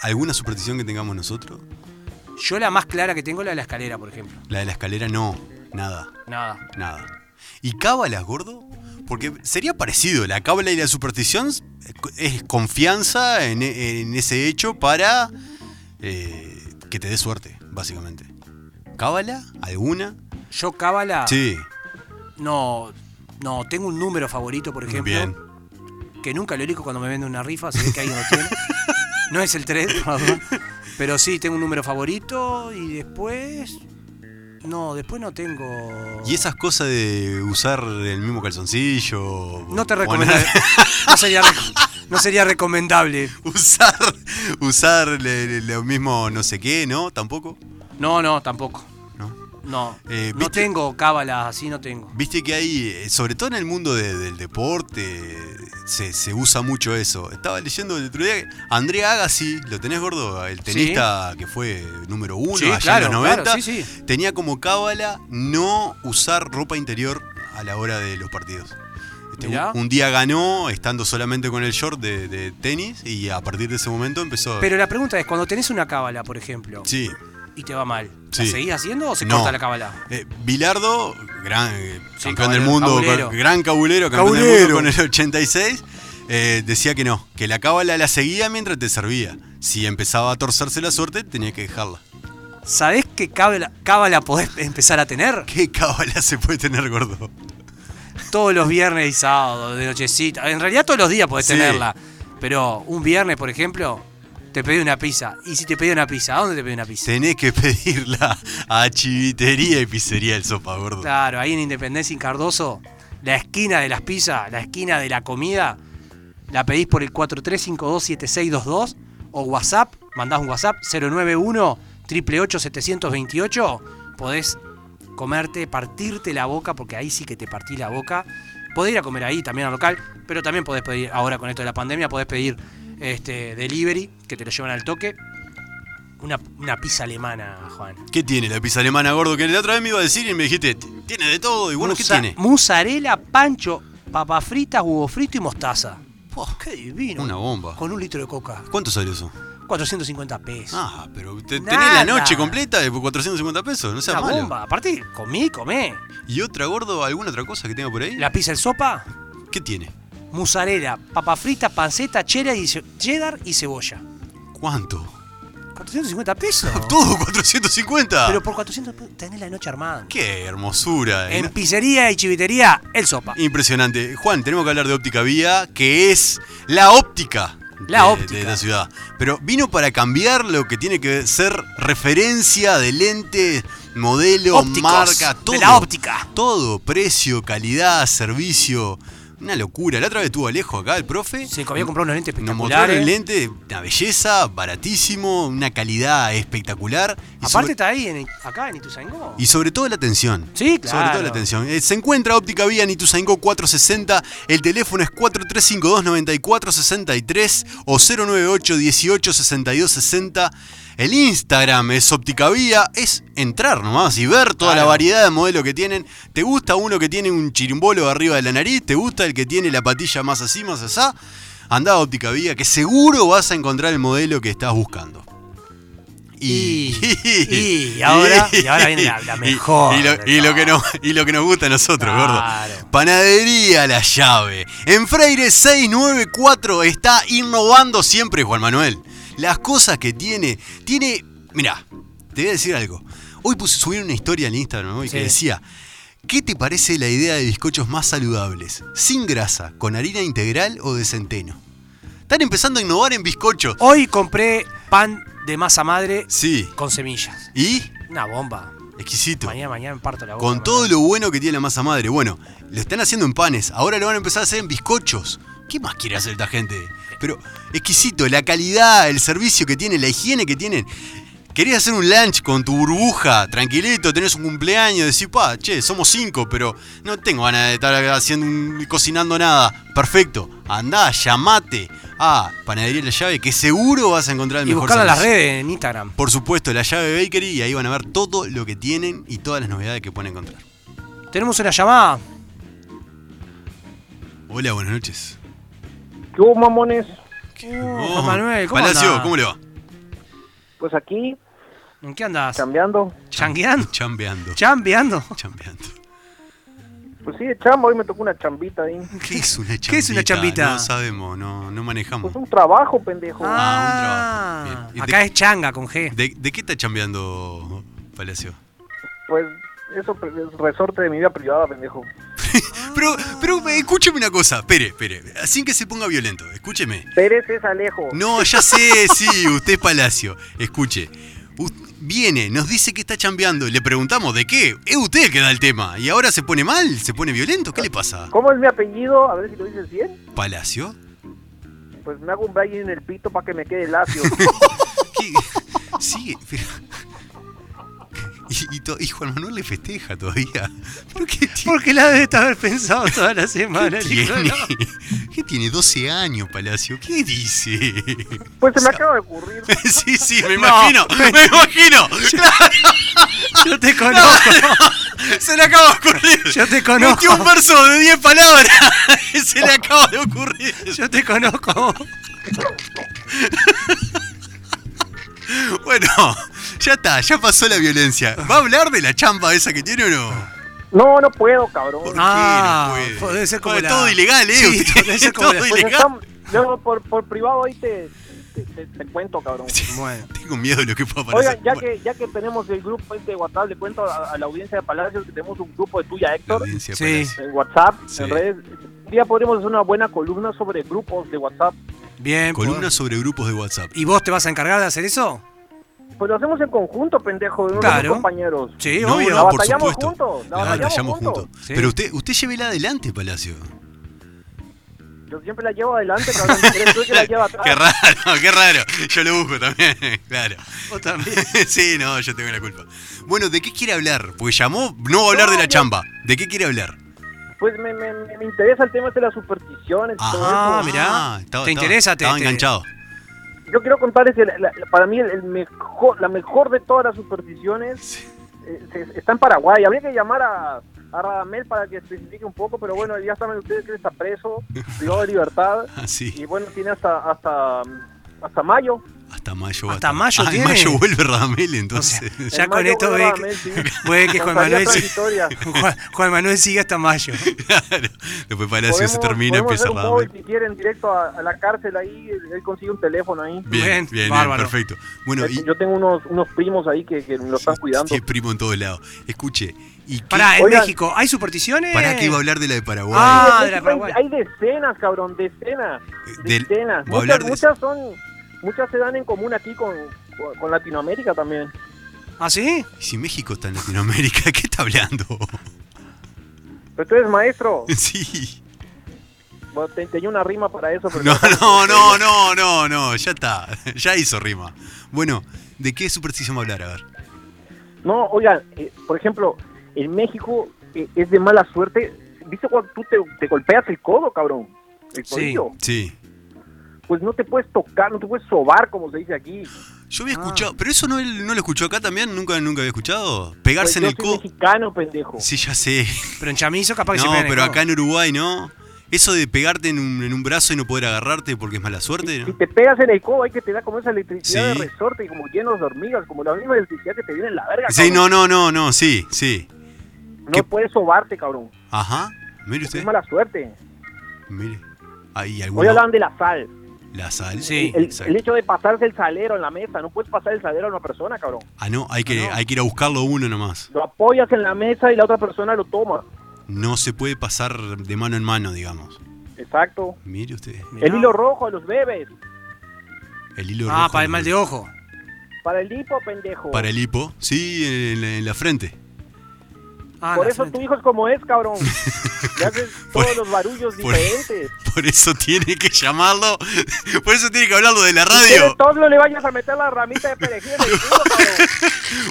Speaker 4: ¿Alguna superstición que tengamos nosotros?
Speaker 3: Yo la más clara que tengo es la de la escalera, por ejemplo.
Speaker 4: La de la escalera, no. Nada.
Speaker 3: Nada.
Speaker 4: Nada. ¿Y cábalas, gordo? Porque sería parecido. La cábala y la superstición es confianza en, e- en ese hecho para eh, que te dé suerte, básicamente. ¿Cábala? ¿Alguna?
Speaker 3: Yo cábala
Speaker 4: Sí.
Speaker 3: no no tengo un número favorito, por ejemplo,
Speaker 4: Bien.
Speaker 3: que nunca lo elijo cuando me vende una rifa, se ve que alguien lo tiene. No es el 3, pero sí tengo un número favorito y después no, después no tengo
Speaker 4: Y esas cosas de usar el mismo calzoncillo.
Speaker 3: No te
Speaker 4: poner-
Speaker 3: recomendaría. No sería, reco- no sería recomendable.
Speaker 4: usar usar le- le- lo mismo no sé qué, ¿no? Tampoco.
Speaker 3: No, no, tampoco.
Speaker 4: ¿no?
Speaker 3: No.
Speaker 4: Eh,
Speaker 3: no
Speaker 4: ¿viste?
Speaker 3: tengo cábalas, así no tengo.
Speaker 4: Viste que hay, eh, sobre todo en el mundo de- del deporte, se, se usa mucho eso. Estaba leyendo el otro día, André Agassi, ¿lo tenés gordo? El tenista que fue número uno
Speaker 3: Sí,
Speaker 4: allá
Speaker 3: claro,
Speaker 4: en los
Speaker 3: claro,
Speaker 4: 90,
Speaker 3: sí, sí.
Speaker 4: tenía como cábala no usar ropa interior a la hora de los partidos. Este, un,
Speaker 3: Mirá.
Speaker 4: un día ganó estando solamente con el short de, de tenis y a partir de ese momento empezó...
Speaker 3: Pero la pregunta es, cuando tenés una cábala, por ejemplo,
Speaker 4: sí,
Speaker 3: y te va mal. ¿La
Speaker 4: Sí.
Speaker 3: seguís haciendo o se
Speaker 4: No.
Speaker 3: corta la cábala?
Speaker 4: Eh, Bilardo, gran eh,
Speaker 3: Sí,
Speaker 4: campeón del
Speaker 3: caballero,
Speaker 4: mundo,
Speaker 3: cabulero.
Speaker 4: ca- gran cabulero, campeón del mundo
Speaker 5: Cabulero.
Speaker 4: con el 86, eh, decía que no, que la cábala la seguía mientras te servía. Si empezaba a torcerse la suerte, tenía que dejarla.
Speaker 3: ¿Sabés qué cábala, cábala podés empezar a tener?
Speaker 4: ¿Qué cábala se puede tener, gordo?
Speaker 3: Todos los viernes y sábados, de nochecita. En realidad todos los días podés
Speaker 4: Sí.
Speaker 3: tenerla. Pero un viernes, por ejemplo, te pedí una pizza. ¿Y si te pedí una pizza? ¿A dónde te pedí una pizza?
Speaker 4: Tenés que pedirla a Chivitería y Pizzería el Sopa, gordo.
Speaker 3: Claro, ahí en Independencia y Cardoso, la esquina de las pizzas, la esquina de la comida, la pedís por el 43527622 o WhatsApp, mandás un WhatsApp 091 888 728, podés comerte, partirte la boca, porque ahí sí que te partís la boca. Podés ir a comer ahí también al local, pero también podés pedir, ahora con esto de la pandemia, podés pedir este delivery, que te lo llevan al toque. Una, una pizza alemana, Juan.
Speaker 4: ¿Qué tiene la pizza alemana, gordo? Que la otra vez me iba a decir y me dijiste, tiene de todo. Y bueno, ¿qué
Speaker 3: Musa-
Speaker 4: tiene?
Speaker 3: Mozzarella, pancho, papas fritas, huevo frito y mostaza. Pua, ¡Qué divino!
Speaker 4: Una bomba.
Speaker 3: Con un litro de coca.
Speaker 4: ¿Cuánto sale eso?
Speaker 3: 450 pesos.
Speaker 4: Ah, pero te- tenés
Speaker 3: Nada.
Speaker 4: la noche completa de 450 pesos, no sea
Speaker 3: Una
Speaker 4: malo.
Speaker 3: bomba. Aparte, comí, comé.
Speaker 4: ¿Y otra, gordo? ¿Alguna otra cosa que tenga por ahí?
Speaker 3: La pizza en sopa,
Speaker 4: ¿Qué tiene?
Speaker 3: mozzarella, papas fritas, panceta, cheddar y, ce- cheddar y cebolla.
Speaker 4: ¿Cuánto?
Speaker 3: 450 pesos.
Speaker 4: ¿Todo 450?
Speaker 3: Pero por 400 pesos tenés la noche armada.
Speaker 4: ¡Qué hermosura!
Speaker 3: En
Speaker 4: ¿no?
Speaker 3: pizzería y chivitería, el sopa.
Speaker 4: Impresionante. Juan, tenemos que hablar de óptica vía, que es la óptica.
Speaker 3: La
Speaker 4: de-
Speaker 3: óptica.
Speaker 4: De la ciudad. Pero vino para cambiar lo que tiene que ser referencia de lente, modelo,
Speaker 3: Ópticos,
Speaker 4: marca,
Speaker 3: de
Speaker 4: todo.
Speaker 3: la óptica.
Speaker 4: Todo, precio, calidad, servicio. Una locura. La otra vez estuvo Alejo acá, el profe.
Speaker 3: Se había comprado unos lentes
Speaker 4: Nos mostraron el
Speaker 3: espectaculares.
Speaker 4: lente, una belleza, baratísimo, una calidad espectacular. Y
Speaker 3: Aparte
Speaker 4: sobre-
Speaker 3: está ahí, en, acá en Ituzaingó.
Speaker 4: y sobre todo la atención.
Speaker 3: Sí, claro.
Speaker 4: Sobre todo la atención. Eh, se encuentra Óptica Vía en Ituzaingó 460. El teléfono es 4352-9463 o 098 18 62 60. El Instagram es Óptica Vía. Es entrar nomás y ver toda la
Speaker 3: Claro.
Speaker 4: variedad de modelos que tienen. ¿Te gusta uno que tiene un chirimbolo arriba de la nariz? ¿Te gusta el que tiene la patilla más así, más asá? Andá a Óptica Vía, que seguro vas a encontrar el modelo que estás buscando.
Speaker 3: Y- y ahora- y ahora viene la- la
Speaker 4: y-
Speaker 3: mejor
Speaker 4: Y, lo,
Speaker 3: de
Speaker 4: y lo que
Speaker 3: todas.
Speaker 4: nos, y lo que nos gusta a nosotros,
Speaker 3: Claro.
Speaker 4: gordo. Panadería La Llave. En Freire 694 está innovando siempre Juan Manuel. Las cosas que tiene. Tiene. Mirá, te voy a decir algo. Hoy puse subir una historia en Instagram hoy
Speaker 3: Sí.
Speaker 4: que decía. ¿Qué te parece la idea de bizcochos más saludables? ¿Sin grasa? ¿Con harina integral o de centeno? Están empezando a innovar en bizcochos.
Speaker 3: Hoy compré pan de masa madre
Speaker 4: Sí.
Speaker 3: con semillas.
Speaker 4: Y.
Speaker 3: Una bomba.
Speaker 4: Exquisito.
Speaker 3: Mañana, mañana me parto la boca.
Speaker 4: Con todo lo bueno que tiene la masa madre. Bueno, lo están haciendo en panes, ahora lo van a empezar a hacer en bizcochos. ¿Qué más quiere hacer esta gente? Pero exquisito, la calidad, el servicio que tienen, la higiene que tienen. Querés hacer un lunch con tu burbuja, tranquilito, tenés un cumpleaños, decís, pa, che, somos cinco, pero no tengo ganas de estar haciendo un- cocinando nada. Perfecto, andá, llamate a Panadería La Llave, que seguro vas a encontrar el
Speaker 3: Y
Speaker 4: mejor
Speaker 3: buscarla en las
Speaker 4: servicio.
Speaker 3: redes, en Instagram.
Speaker 4: Por supuesto, La Llave Bakery, y ahí van a ver todo lo que tienen y todas las novedades que pueden encontrar.
Speaker 3: Tenemos una llamada.
Speaker 4: Hola, buenas noches.
Speaker 6: ¿Qué hubo, mamones?
Speaker 3: Oh, Juan Manuel, ¿cómo
Speaker 4: Oh. Palacio,
Speaker 3: andás?
Speaker 4: ¿cómo le va?
Speaker 6: Pues aquí,
Speaker 3: ¿En qué andás?
Speaker 6: cambiando.
Speaker 3: ¿Changueando?
Speaker 4: Chambeando.
Speaker 3: ¿Chambeando?
Speaker 4: Chambeando.
Speaker 6: Pues sí, de chamba, hoy me tocó una chambita ahí.
Speaker 4: ¿Qué es una chambita?
Speaker 3: ¿Qué es una chambita?
Speaker 4: No sabemos, no, no manejamos.
Speaker 6: Pues un trabajo, pendejo.
Speaker 4: Ah, un trabajo. Bien. ¿Y
Speaker 3: Acá
Speaker 4: de-
Speaker 3: es changa con G.
Speaker 4: ¿De, de qué está chambeando, Palacio?
Speaker 6: Pues eso pues, es resorte de mi vida privada, pendejo.
Speaker 4: Pero, pero eh, escúcheme una cosa, espere, espere, sin que se ponga violento, escúcheme.
Speaker 6: Pérez es Alejo.
Speaker 4: No, ya sé, sí, usted es Palacio. Escuche, us- viene, nos dice que está chambeando, le preguntamos de qué, es usted el que da el tema, y ahora se pone mal, se pone violento, ¿qué le pasa?
Speaker 6: ¿Cómo es mi apellido? A ver si lo dices bien.
Speaker 4: ¿Palacio?
Speaker 6: Pues me hago un braille en el pito para que me quede lacio.
Speaker 4: ¿Qué? Sí, pero... Y, y to- y Juan Manuel le festeja todavía. ¿Pero qué tiene?
Speaker 3: Porque la debes haber pensado toda la semana, el hijo de
Speaker 4: tiene?
Speaker 3: la-
Speaker 4: ¿Qué tiene? 12 años, Palacio. ¿Qué dice?
Speaker 6: Pues se me acaba de ocurrir.
Speaker 4: Sí, sí, me imagino. Me imagino. Claro,
Speaker 3: Yo te conozco.
Speaker 4: se le acaba de ocurrir.
Speaker 3: Yo te
Speaker 4: Metió un
Speaker 3: conozco.
Speaker 4: verso de 10 palabras. Se
Speaker 3: Oh.
Speaker 4: le acaba de ocurrir.
Speaker 3: Yo te conozco.
Speaker 4: Bueno, Ya está, ya pasó la violencia. ¿Va a hablar de la chamba esa que tiene o no?
Speaker 6: No, no puedo, cabrón.
Speaker 4: ¿Por
Speaker 3: Ah,
Speaker 4: qué no puede?
Speaker 3: puede ser como
Speaker 4: Todo-
Speaker 3: la-
Speaker 4: Todo ilegal, ¿eh?
Speaker 3: Sí,
Speaker 4: Usted-
Speaker 3: puede ser como
Speaker 4: todo
Speaker 3: la-
Speaker 6: Pues
Speaker 4: ilegal.
Speaker 6: estamos- yo por, por privado ahí te, te, te- te cuento, cabrón.
Speaker 3: Bueno,
Speaker 4: Tengo miedo de lo que pueda pasar.
Speaker 6: Oigan, ya que, ya que tenemos el grupo este de WhatsApp, le cuento a, a la audiencia de Palacios que tenemos un grupo de tuya,
Speaker 4: La
Speaker 6: Héctor,
Speaker 4: audiencia
Speaker 3: Sí.
Speaker 4: parece.
Speaker 6: en WhatsApp,
Speaker 4: Sí.
Speaker 6: en redes. Un día podríamos hacer una buena columna sobre grupos de WhatsApp.
Speaker 3: bien.
Speaker 4: Columna
Speaker 3: pues.
Speaker 4: sobre grupos de WhatsApp.
Speaker 3: ¿Y vos te vas a encargar de hacer eso?
Speaker 6: Pues lo hacemos en conjunto, pendejo, no
Speaker 3: Claro.
Speaker 6: somos compañeros.
Speaker 3: Sí,
Speaker 4: No,
Speaker 3: obvio.
Speaker 4: no,
Speaker 6: La
Speaker 4: por
Speaker 6: batallamos
Speaker 4: supuesto.
Speaker 6: juntos, la
Speaker 4: Claro,
Speaker 6: batallamos
Speaker 4: batallamos
Speaker 6: juntos.
Speaker 4: juntos.
Speaker 3: Sí.
Speaker 4: Pero usted, usted llévela adelante, Palacio.
Speaker 6: Yo siempre la llevo adelante, cabrón. ¿Crees tú que la lleva atrás?
Speaker 4: Qué raro, qué raro. Yo lo busco también, claro.
Speaker 3: Vos también.
Speaker 4: Sí, no, yo tengo la culpa. Bueno, ¿de qué quiere hablar? Pues llamó, no va a hablar de la chamba. ¿De qué quiere hablar?
Speaker 6: Pues me, me, me- me interesa el tema este de las supersticiones. y todo
Speaker 3: Ah,
Speaker 6: eso.
Speaker 3: mirá. ¿Te interesa? Te-
Speaker 4: Estaba
Speaker 3: te-
Speaker 4: enganchado.
Speaker 6: Yo quiero contarles, el- la- la- para mí, el, el mejor, la mejor de todas las supersticiones eh, se- está en Paraguay. Habría que llamar a, a Radamel para que especifique un poco, pero bueno, ya saben ustedes que él está preso, privado de libertad.
Speaker 4: Ah, sí.
Speaker 6: Y bueno, tiene hasta hasta hasta mayo.
Speaker 4: Hasta mayo. va a
Speaker 3: Hasta
Speaker 4: estar.
Speaker 3: mayo
Speaker 4: Ah, en
Speaker 3: tiene.
Speaker 4: mayo vuelve Radamel,
Speaker 3: O sea,
Speaker 4: entonces.
Speaker 3: ya
Speaker 6: En
Speaker 3: con
Speaker 6: mayo
Speaker 3: esto
Speaker 6: vuelve
Speaker 3: ve
Speaker 6: Radamel, sí.
Speaker 3: que, ve que Juan
Speaker 6: Con salida
Speaker 3: Manuel sigue,
Speaker 6: transitoria.
Speaker 3: Juan, Juan Manuel sigue hasta mayo.
Speaker 4: Claro. Después Palacio se termina,
Speaker 6: podemos
Speaker 4: empieza
Speaker 6: hacer un móvil,
Speaker 4: Radamel.
Speaker 6: si quieren, directo a, a la cárcel ahí, él, él consigue un teléfono ahí.
Speaker 4: Bien, bien,
Speaker 3: Bien,
Speaker 4: bien,
Speaker 3: bárbaro.
Speaker 4: perfecto. Bueno, y
Speaker 6: Yo tengo unos, unos primos ahí que, que lo están cuidando.
Speaker 4: tiene primo en todos lados. Escuche, ¿y qué-
Speaker 3: Pará, en
Speaker 6: Oigan.
Speaker 3: México, ¿hay supersticiones?
Speaker 4: ¿Para qué iba a hablar de la de Paraguay? eh,
Speaker 3: Ah, de la
Speaker 6: Hay-
Speaker 3: Paraguay.
Speaker 6: hay decenas, cabrón, decenas.
Speaker 4: Del-
Speaker 6: decenas.
Speaker 4: voy a hablar
Speaker 6: Muchas,
Speaker 4: de-
Speaker 6: muchas son, muchas se dan en común aquí con, con Latinoamérica también.
Speaker 3: ¿Ah, sí?
Speaker 4: Si México está en Latinoamérica, ¿qué está hablando?
Speaker 6: Pero tú eres maestro,
Speaker 4: Sí.
Speaker 6: Bueno, te- tenía una rima para eso. Pero
Speaker 4: No, no, no, no, no, no, ya está. Ya hizo rima. Bueno, ¿de qué superstición va a hablar? A ver.
Speaker 6: No, oigan, eh, por ejemplo, en México eh, es de mala suerte. ¿Viste cuando tú te, te golpeas el codo, cabrón? El
Speaker 3: Sí.
Speaker 6: tobillo.
Speaker 4: Sí.
Speaker 6: Pues no te puedes tocar, no te puedes sobar, como se dice aquí.
Speaker 3: Ah.
Speaker 4: Yo había escuchado, pero eso no, no lo escuchó acá también, nunca, nunca había escuchado. Pegarse en
Speaker 6: Pues yo
Speaker 4: el
Speaker 6: soy
Speaker 4: codo.
Speaker 6: mexicano, pendejo.
Speaker 4: Sí, ya sé.
Speaker 3: Pero en Chamizo capaz que se
Speaker 4: No,
Speaker 3: pegan en el
Speaker 4: pero
Speaker 3: codo.
Speaker 4: acá en Uruguay no. Eso de pegarte en un, en un brazo y no poder agarrarte porque es mala suerte,
Speaker 6: Si
Speaker 4: ¿no?
Speaker 6: te pegas en el codo, hay que te da como esa electricidad
Speaker 4: Sí.
Speaker 6: de resorte y como llenos de hormigas, como la misma electricidad que te viene en la verga.
Speaker 4: Sí,
Speaker 6: cabrón.
Speaker 4: no, no, no, no, sí, sí.
Speaker 6: No
Speaker 4: ¿Qué?
Speaker 6: puedes sobarte, cabrón.
Speaker 4: Ajá. Mire usted.
Speaker 6: Es mala suerte.
Speaker 4: Mire. Ahí
Speaker 6: Hoy
Speaker 4: alguno.
Speaker 6: hablaban de la sal.
Speaker 4: La sal.
Speaker 3: Sí.
Speaker 6: El,
Speaker 4: exacto.
Speaker 6: el hecho de pasarse el salero en la mesa. No puedes pasar el salero a una persona, cabrón.
Speaker 4: Ah, no, hay que,
Speaker 3: Ah, no.
Speaker 4: hay que ir a buscarlo uno nomás.
Speaker 6: Lo apoyas en la mesa y la otra persona lo toma.
Speaker 4: No se puede pasar de mano en mano, digamos.
Speaker 6: Exacto.
Speaker 4: Mire usted.
Speaker 6: El hilo rojo de los bebés.
Speaker 4: El hilo rojo.
Speaker 3: Ah, para el mal de ojo.
Speaker 6: Para el hipo, pendejo.
Speaker 4: Para el hipo. Sí, en la, en la frente.
Speaker 3: Ah,
Speaker 6: Por
Speaker 3: la
Speaker 6: eso
Speaker 3: frente.
Speaker 6: tu hijo es como es, cabrón. Le haces
Speaker 4: ¿eh? Por-
Speaker 6: todos los barullos
Speaker 4: por-
Speaker 6: diferentes.
Speaker 4: Por eso tiene que llamarlo. Por eso tiene que hablarlo de la
Speaker 6: Si
Speaker 4: radio.
Speaker 6: quieres, todos no le vayas a meter la ramita de perejil en el culo, cabrón.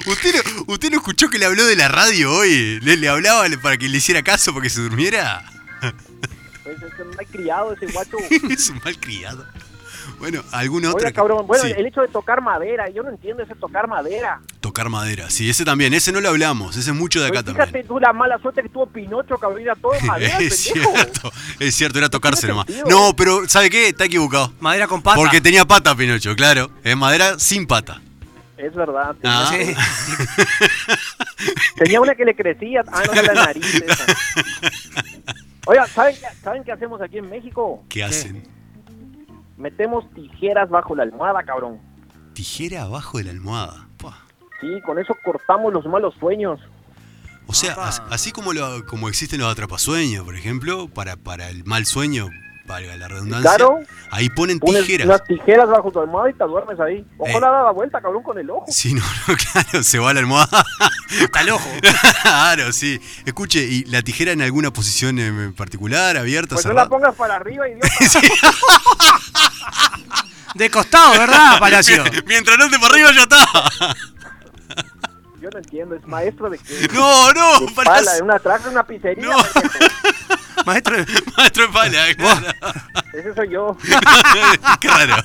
Speaker 4: ¿Usted no, ¿Usted no escuchó que le habló de la radio hoy? ¿Le, le hablaba para que le hiciera caso, para que se durmiera?
Speaker 6: Pues es un mal criado ese guacho.
Speaker 4: es un mal criado. Bueno, alguna otra.
Speaker 6: Oiga,
Speaker 4: que-
Speaker 6: cabrón. Bueno,
Speaker 4: sí,
Speaker 6: el hecho de tocar madera. Yo no entiendo ese tocar madera.
Speaker 4: Tocar madera. Sí, ese también. Ese no lo hablamos. Ese es mucho de acá
Speaker 6: Pues fíjate
Speaker 4: también.
Speaker 6: tú la mala suerte que tuvo Pinocho, cabrón. Era todo madera,
Speaker 4: es
Speaker 6: pendejo. Pues
Speaker 4: cierto, es cierto, era tocarse
Speaker 6: tiene
Speaker 4: nomás.
Speaker 6: sentido.
Speaker 4: No, pero ¿sabe qué? Está equivocado.
Speaker 3: Madera con pata.
Speaker 4: Porque tenía pata, Pinocho, claro. Es madera sin pata.
Speaker 6: Es verdad.
Speaker 4: Ah.
Speaker 3: Sí.
Speaker 6: Tenía una que le crecía. Ah, no, la nariz. esa. Oiga, ¿saben, qué- ¿saben qué hacemos aquí en México?
Speaker 4: ¿Qué hacen?
Speaker 6: Metemos tijeras bajo la almohada, cabrón.
Speaker 4: Tijera abajo de la almohada. Pua.
Speaker 6: Sí, con eso cortamos los malos sueños.
Speaker 4: O sea,
Speaker 3: Apa.
Speaker 4: as- así como, lo, como existen los atrapasueños, por ejemplo, para, para el mal sueño, valga la redundancia,
Speaker 6: Claro.
Speaker 4: ahí ponen
Speaker 6: Pones
Speaker 4: tijeras.
Speaker 6: unas tijeras bajo tu almohada y te duermes ahí. Ojalá
Speaker 4: Eh.
Speaker 6: da la vuelta, cabrón, con el ojo.
Speaker 4: Sí, no, no, claro, se va la almohada.
Speaker 3: Hasta el ojo.
Speaker 4: claro, sí. Escuche, ¿y la tijera en alguna posición en particular, abierta,
Speaker 6: Pues no la
Speaker 4: cerrada?
Speaker 6: pongas para arriba, idiota.
Speaker 3: De costado, ¿verdad, Palacio?
Speaker 4: Mientras no te para arriba ya está.
Speaker 6: Yo no entiendo, es maestro de qué.
Speaker 4: No, no,
Speaker 6: De pala, eh. de
Speaker 4: Palacio.
Speaker 6: una traje de una pizzería.
Speaker 4: No.
Speaker 6: pendejo.
Speaker 3: Maestro,
Speaker 4: Maestro de pala, claro.
Speaker 6: Ese soy yo.
Speaker 4: Claro.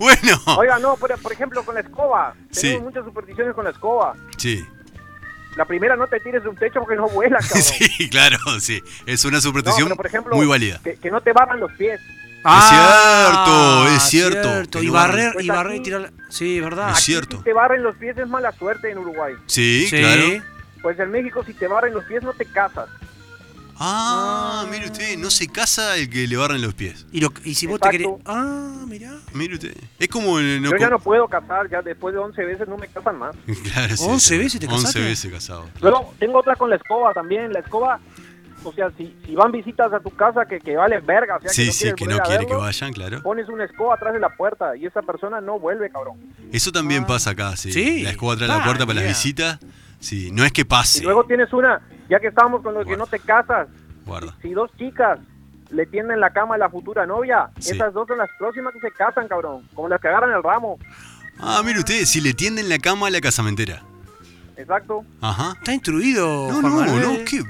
Speaker 4: Bueno.
Speaker 6: Oiga, no, por, por ejemplo, con la escoba.
Speaker 4: Sí.
Speaker 6: Tenemos muchas supersticiones con la escoba.
Speaker 4: Sí.
Speaker 6: La primera, no te tires de un techo porque no vuela, cabrón.
Speaker 4: Sí, claro, sí. Es una
Speaker 6: No,
Speaker 4: superstición
Speaker 6: pero por ejemplo,
Speaker 4: muy válida.
Speaker 6: Que, que no te barran los pies.
Speaker 3: Ah,
Speaker 4: es cierto, es cierto. que
Speaker 3: Y
Speaker 4: no
Speaker 3: barrer,
Speaker 6: barren.
Speaker 3: y barrer y tirar. la- Sí, es verdad.
Speaker 4: Es
Speaker 6: Aquí
Speaker 4: cierto.
Speaker 6: Si te barren los pies es mala suerte en Uruguay.
Speaker 4: Sí, claro.
Speaker 6: Pues en México si te barren los pies no te casas.
Speaker 4: Ah, mire usted, no se casa el que le barren los pies.
Speaker 3: Y, lo- y si vos te
Speaker 6: Exacto.
Speaker 3: querés. Ah, mirá.
Speaker 4: Mire usted. Es como el.
Speaker 6: Yo ya no puedo casar, ya después de 11 veces no me casan más.
Speaker 4: Claro, sí,
Speaker 3: 11
Speaker 4: sí.
Speaker 3: veces te
Speaker 4: 11
Speaker 3: casaste.
Speaker 4: veces casado.
Speaker 6: Luego tengo otra con la escoba también. La escoba, o sea, si, si van visitas a tu casa que, que vale verga, o sea,
Speaker 4: Sí,
Speaker 6: que no
Speaker 4: sí, que
Speaker 6: quieres volver
Speaker 4: no
Speaker 6: a
Speaker 4: quiere que
Speaker 6: verlo, Oh.
Speaker 4: vayan, claro.
Speaker 6: Pones una escoba atrás de la puerta y esa persona no vuelve, cabrón.
Speaker 4: Eso
Speaker 6: Ah.
Speaker 4: también pasa acá, sí.
Speaker 3: Sí.
Speaker 4: La escoba atrás de
Speaker 3: Ah,
Speaker 4: la puerta para
Speaker 3: mira.
Speaker 4: las visitas. Sí, no es que pase.
Speaker 6: Y luego tienes una, ya que estábamos con los que
Speaker 4: Guarda.
Speaker 6: no te casas,
Speaker 4: Guarda.
Speaker 6: si dos chicas le tienden la cama a la futura novia,
Speaker 4: Sí.
Speaker 6: esas dos son las próximas que se casan, cabrón. Como las que agarran el ramo.
Speaker 4: Ah, mire usted, si le tienden la cama a la casamentera.
Speaker 6: Exacto.
Speaker 4: Ajá.
Speaker 3: Está instruido.
Speaker 4: No,
Speaker 3: Oh, Juan
Speaker 4: no,
Speaker 3: Manuel.
Speaker 4: no, ¿qué?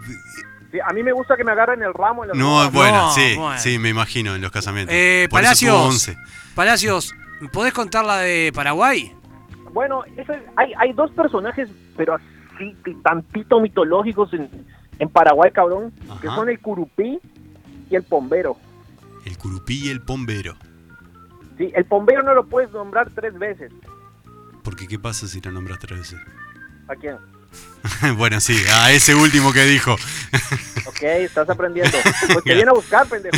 Speaker 6: Sí, a mí me gusta que me agarren el ramo. En la
Speaker 4: No,
Speaker 6: escoba.
Speaker 4: bueno,
Speaker 3: No,
Speaker 4: sí,
Speaker 3: bueno.
Speaker 4: sí, me imagino en los casamientos.
Speaker 3: Eh,
Speaker 4: Por eso tuvo
Speaker 3: Palacios.
Speaker 4: 11.
Speaker 3: Palacios, ¿podés contar la de Paraguay?
Speaker 6: Bueno, eso es- hay, hay dos personajes, pero así, t- tantito mitológicos en, en Paraguay, cabrón, que
Speaker 4: Ajá.
Speaker 6: son el curupí y el pombero.
Speaker 4: El curupí y el pombero.
Speaker 6: Sí, el pombero no lo puedes nombrar tres veces.
Speaker 4: Porque, ¿qué pasa si la nombras tres veces?
Speaker 6: ¿A quién?
Speaker 4: bueno, sí, a ese último que dijo.
Speaker 6: Ok, estás aprendiendo. Pues te viene a buscar, pendejo.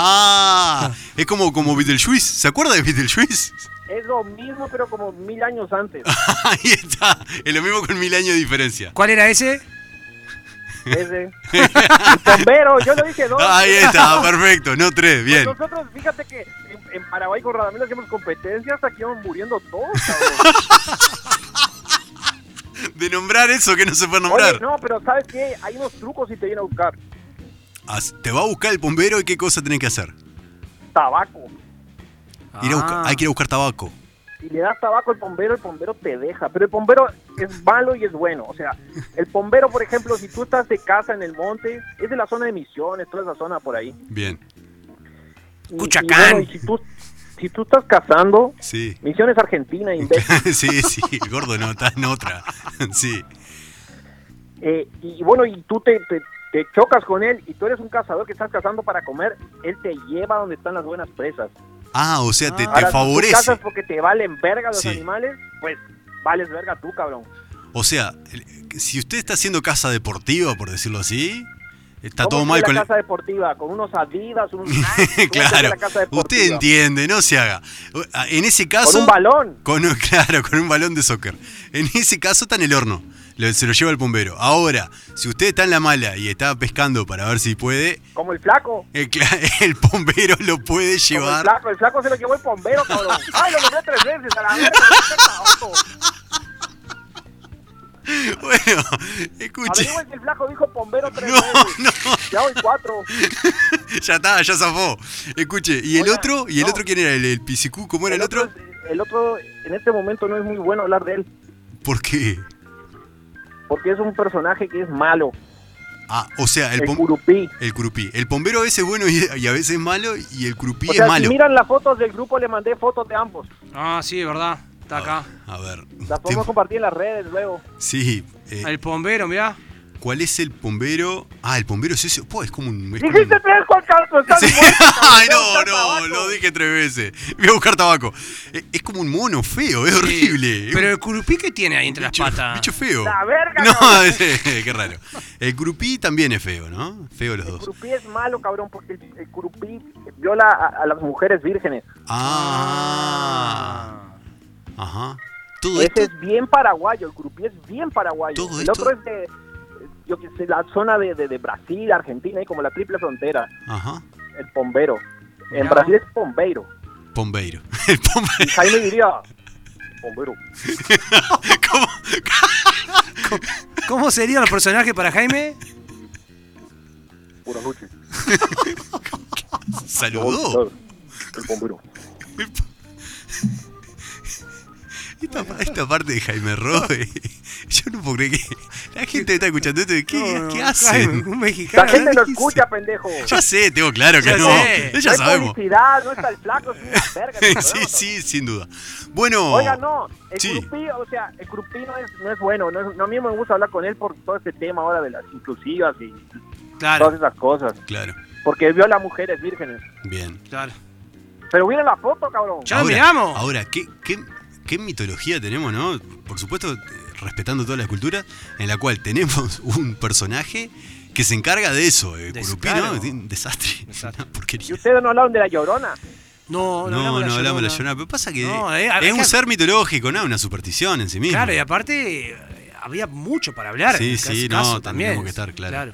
Speaker 4: ah, es como, como Beetlejuice. ¿Se acuerda de Beetlejuice?
Speaker 6: Es lo mismo, pero como mil años antes.
Speaker 4: Ahí está. Es lo mismo con mil años de diferencia.
Speaker 3: ¿Cuál era ese?
Speaker 6: Ese. El pombero, yo lo dije dos.
Speaker 4: Ahí está, perfecto. No tres,
Speaker 6: Pues
Speaker 4: bien.
Speaker 6: Nosotros, fíjate que en, en Paraguay con Radamel hacemos competencias, aquí vamos muriendo todos, cabrón.
Speaker 4: De nombrar eso que no se puede
Speaker 6: Oye,
Speaker 4: nombrar.
Speaker 6: no, pero ¿sabes qué? Hay unos trucos si te viene a buscar.
Speaker 4: As- Te va a buscar el bombero y qué cosa tenés que hacer.
Speaker 6: Tabaco.
Speaker 4: Ir a busca-
Speaker 3: Ah.
Speaker 4: Hay que ir a buscar tabaco.
Speaker 6: si le das tabaco al bombero, el bombero te deja. Pero el bombero es malo y es bueno. O sea, el bombero, por ejemplo, si tú estás de casa en el monte, es de la zona de Misiones, toda esa zona por ahí.
Speaker 4: Bien,
Speaker 6: Y- y
Speaker 3: Cuchacán.
Speaker 6: bueno, y si, tú, si tú estás cazando,
Speaker 4: sí.
Speaker 6: Misiones Argentina, imbécil.
Speaker 4: sí, sí, gordo, no, está en otra. Sí,
Speaker 6: Eh, y bueno, y tú te, te- te chocas con él y tú eres un cazador que estás cazando para comer, él te lleva donde están las buenas presas.
Speaker 4: Ah, o sea, te, te
Speaker 6: Ahora, si tú
Speaker 4: favorece.
Speaker 6: cazas porque te valen verga los
Speaker 4: Sí.
Speaker 6: animales, pues vales verga tú, cabrón.
Speaker 4: O sea, el- si usted está haciendo casa deportiva, por decirlo así, está
Speaker 6: ¿Cómo
Speaker 4: todo
Speaker 6: fue
Speaker 4: mal
Speaker 6: la
Speaker 4: con el-
Speaker 6: casa deportiva, con unos Adidas, unos Nike, ¿cómo se hace
Speaker 4: claro,
Speaker 6: la casa deportiva?
Speaker 4: usted entiende, no se haga. O- a- En ese caso,
Speaker 6: Con un balón.
Speaker 4: con un- claro, con un balón de soccer. En ese caso está en el horno, lo- se lo lleva el bombero. Ahora, si usted está en la mala y está pescando para ver si puede,
Speaker 6: Como el flaco.
Speaker 4: el, cla- el bombero lo puede
Speaker 6: Como el
Speaker 4: llevar.
Speaker 6: flaco. El flaco se lo llevó el bombero, cabrón. Ay, lo nombré tres veces a la verga. qué cabrón.
Speaker 4: Bueno, escuche.
Speaker 6: Averigüen si el flaco dijo bombero tres
Speaker 4: No,
Speaker 6: veces.
Speaker 4: no.
Speaker 6: Ya voy cuatro.
Speaker 4: ya está, ya zafó. Escuche, ¿y el
Speaker 6: Oiga,
Speaker 4: otro? ¿Y el
Speaker 6: no.
Speaker 4: otro quién era? ¿El, el Pisicú? ¿Cómo era el, otro?
Speaker 6: es- El otro, en este momento no es muy bueno hablar de él.
Speaker 4: ¿Por qué?
Speaker 6: Porque es un personaje que es malo.
Speaker 4: Ah, o sea, el,
Speaker 6: El,
Speaker 4: pom-
Speaker 6: curupí.
Speaker 4: el curupí. El pombero a veces es bueno y, y a veces es malo, y el curupí
Speaker 6: O sea,
Speaker 4: es malo.
Speaker 6: si miran las fotos del grupo, le mandé fotos de ambos.
Speaker 3: Ah, sí, es verdad. Está acá.
Speaker 4: A ver.
Speaker 6: Las podemos
Speaker 4: usted-
Speaker 6: compartir en las redes luego.
Speaker 4: sí. eh,
Speaker 3: El bombero, mirá.
Speaker 4: ¿Cuál es el bombero? Ah, el bombero es ese. Po, es como un. es como un-
Speaker 6: Dijiste tres, Juan Carlos. Estás
Speaker 4: Sí.
Speaker 6: muerto, cabrón,
Speaker 4: Ay,
Speaker 6: estás
Speaker 4: no,
Speaker 6: tabaco.
Speaker 4: no, lo dije tres veces. Voy a buscar tabaco. Eh, Es como un mono feo, es horrible.
Speaker 3: Sí. Pero el curupí, ¿qué tiene ahí entre las
Speaker 4: Bicho-
Speaker 3: patas?
Speaker 4: Bicho feo.
Speaker 6: La verga,
Speaker 4: No,
Speaker 6: cabrón.
Speaker 4: ese- qué raro. El grupí también es feo, ¿no? Feo los
Speaker 6: El
Speaker 4: dos.
Speaker 6: curupí es malo, cabrón, porque el, el curupí viola a, a las mujeres vírgenes.
Speaker 4: Ah. Ajá. Todo
Speaker 6: Ese
Speaker 4: esto.
Speaker 6: es bien paraguayo, el curupí es bien paraguayo.
Speaker 4: Todo
Speaker 6: el
Speaker 4: esto-
Speaker 6: otro es de, yo qué sé, la zona de, de- de Brasil, Argentina, y como la triple frontera,
Speaker 4: Ajá.
Speaker 6: el bombero. En
Speaker 3: Ya.
Speaker 6: Brasil es bombeiro.
Speaker 4: Pombeiro. El
Speaker 6: Y
Speaker 4: pombeiro.
Speaker 6: Jaime diría, bombero.
Speaker 4: ¿Cómo?
Speaker 3: ¿Cómo sería el personaje para Jaime?
Speaker 6: Buenas noches.
Speaker 4: Saludó.
Speaker 6: El bombero.
Speaker 4: Esta, esta parte de Jaime Roe. Yo no puedo creer que. La gente está escuchando esto. y, ¿Qué,
Speaker 3: No, no,
Speaker 4: ¿qué
Speaker 3: Jaime,
Speaker 4: hacen?
Speaker 3: un mexicano.
Speaker 6: La gente lo
Speaker 3: ¿qué dice?
Speaker 6: escucha, pendejo.
Speaker 4: Ya sé, tengo claro que
Speaker 3: Ya
Speaker 4: no.
Speaker 3: sé.
Speaker 4: Ya
Speaker 6: no hay
Speaker 4: sabemos.
Speaker 6: publicidad, no está el flaco, es una verga. este
Speaker 4: Sí,
Speaker 6: programa,
Speaker 4: sí, sin duda. Bueno.
Speaker 6: Oiga, no, el
Speaker 4: Sí.
Speaker 6: grupí, o sea, el grupí no es, no es bueno, no, es- no a mí me gusta hablar con él por todo este tema ahora de las inclusivas y
Speaker 4: Ah,
Speaker 3: Claro.
Speaker 6: todas esas cosas.
Speaker 4: Claro.
Speaker 6: porque viola mujeres vírgenes.
Speaker 4: Bien.
Speaker 3: Claro.
Speaker 6: Pero miren la foto, cabrón.
Speaker 3: Ya lo miramos.
Speaker 4: Ahora, ¿qué, qué, qué mitología tenemos, no? Por supuesto, eh, respetando todas las culturas, en la cual tenemos un personaje que se encarga de eso, eh, Curupí,
Speaker 3: Descaro.
Speaker 4: ¿no? Es Un desastre.
Speaker 3: Desastre.
Speaker 4: Una porquería.
Speaker 6: ¿Y ustedes no hablaron de la llorona?
Speaker 3: No,
Speaker 4: No, no hablamos de la
Speaker 3: Llorona.
Speaker 4: llorona, pero pasa que
Speaker 3: No, eh,
Speaker 4: es
Speaker 3: acá-
Speaker 4: un ser mitológico, ¿no? Una superstición en sí mismo.
Speaker 3: Claro, y aparte eh, había mucho para hablar.
Speaker 4: Sí,
Speaker 3: en
Speaker 4: sí,
Speaker 3: ese
Speaker 4: no,
Speaker 3: caso
Speaker 4: también tenemos que estar, claro.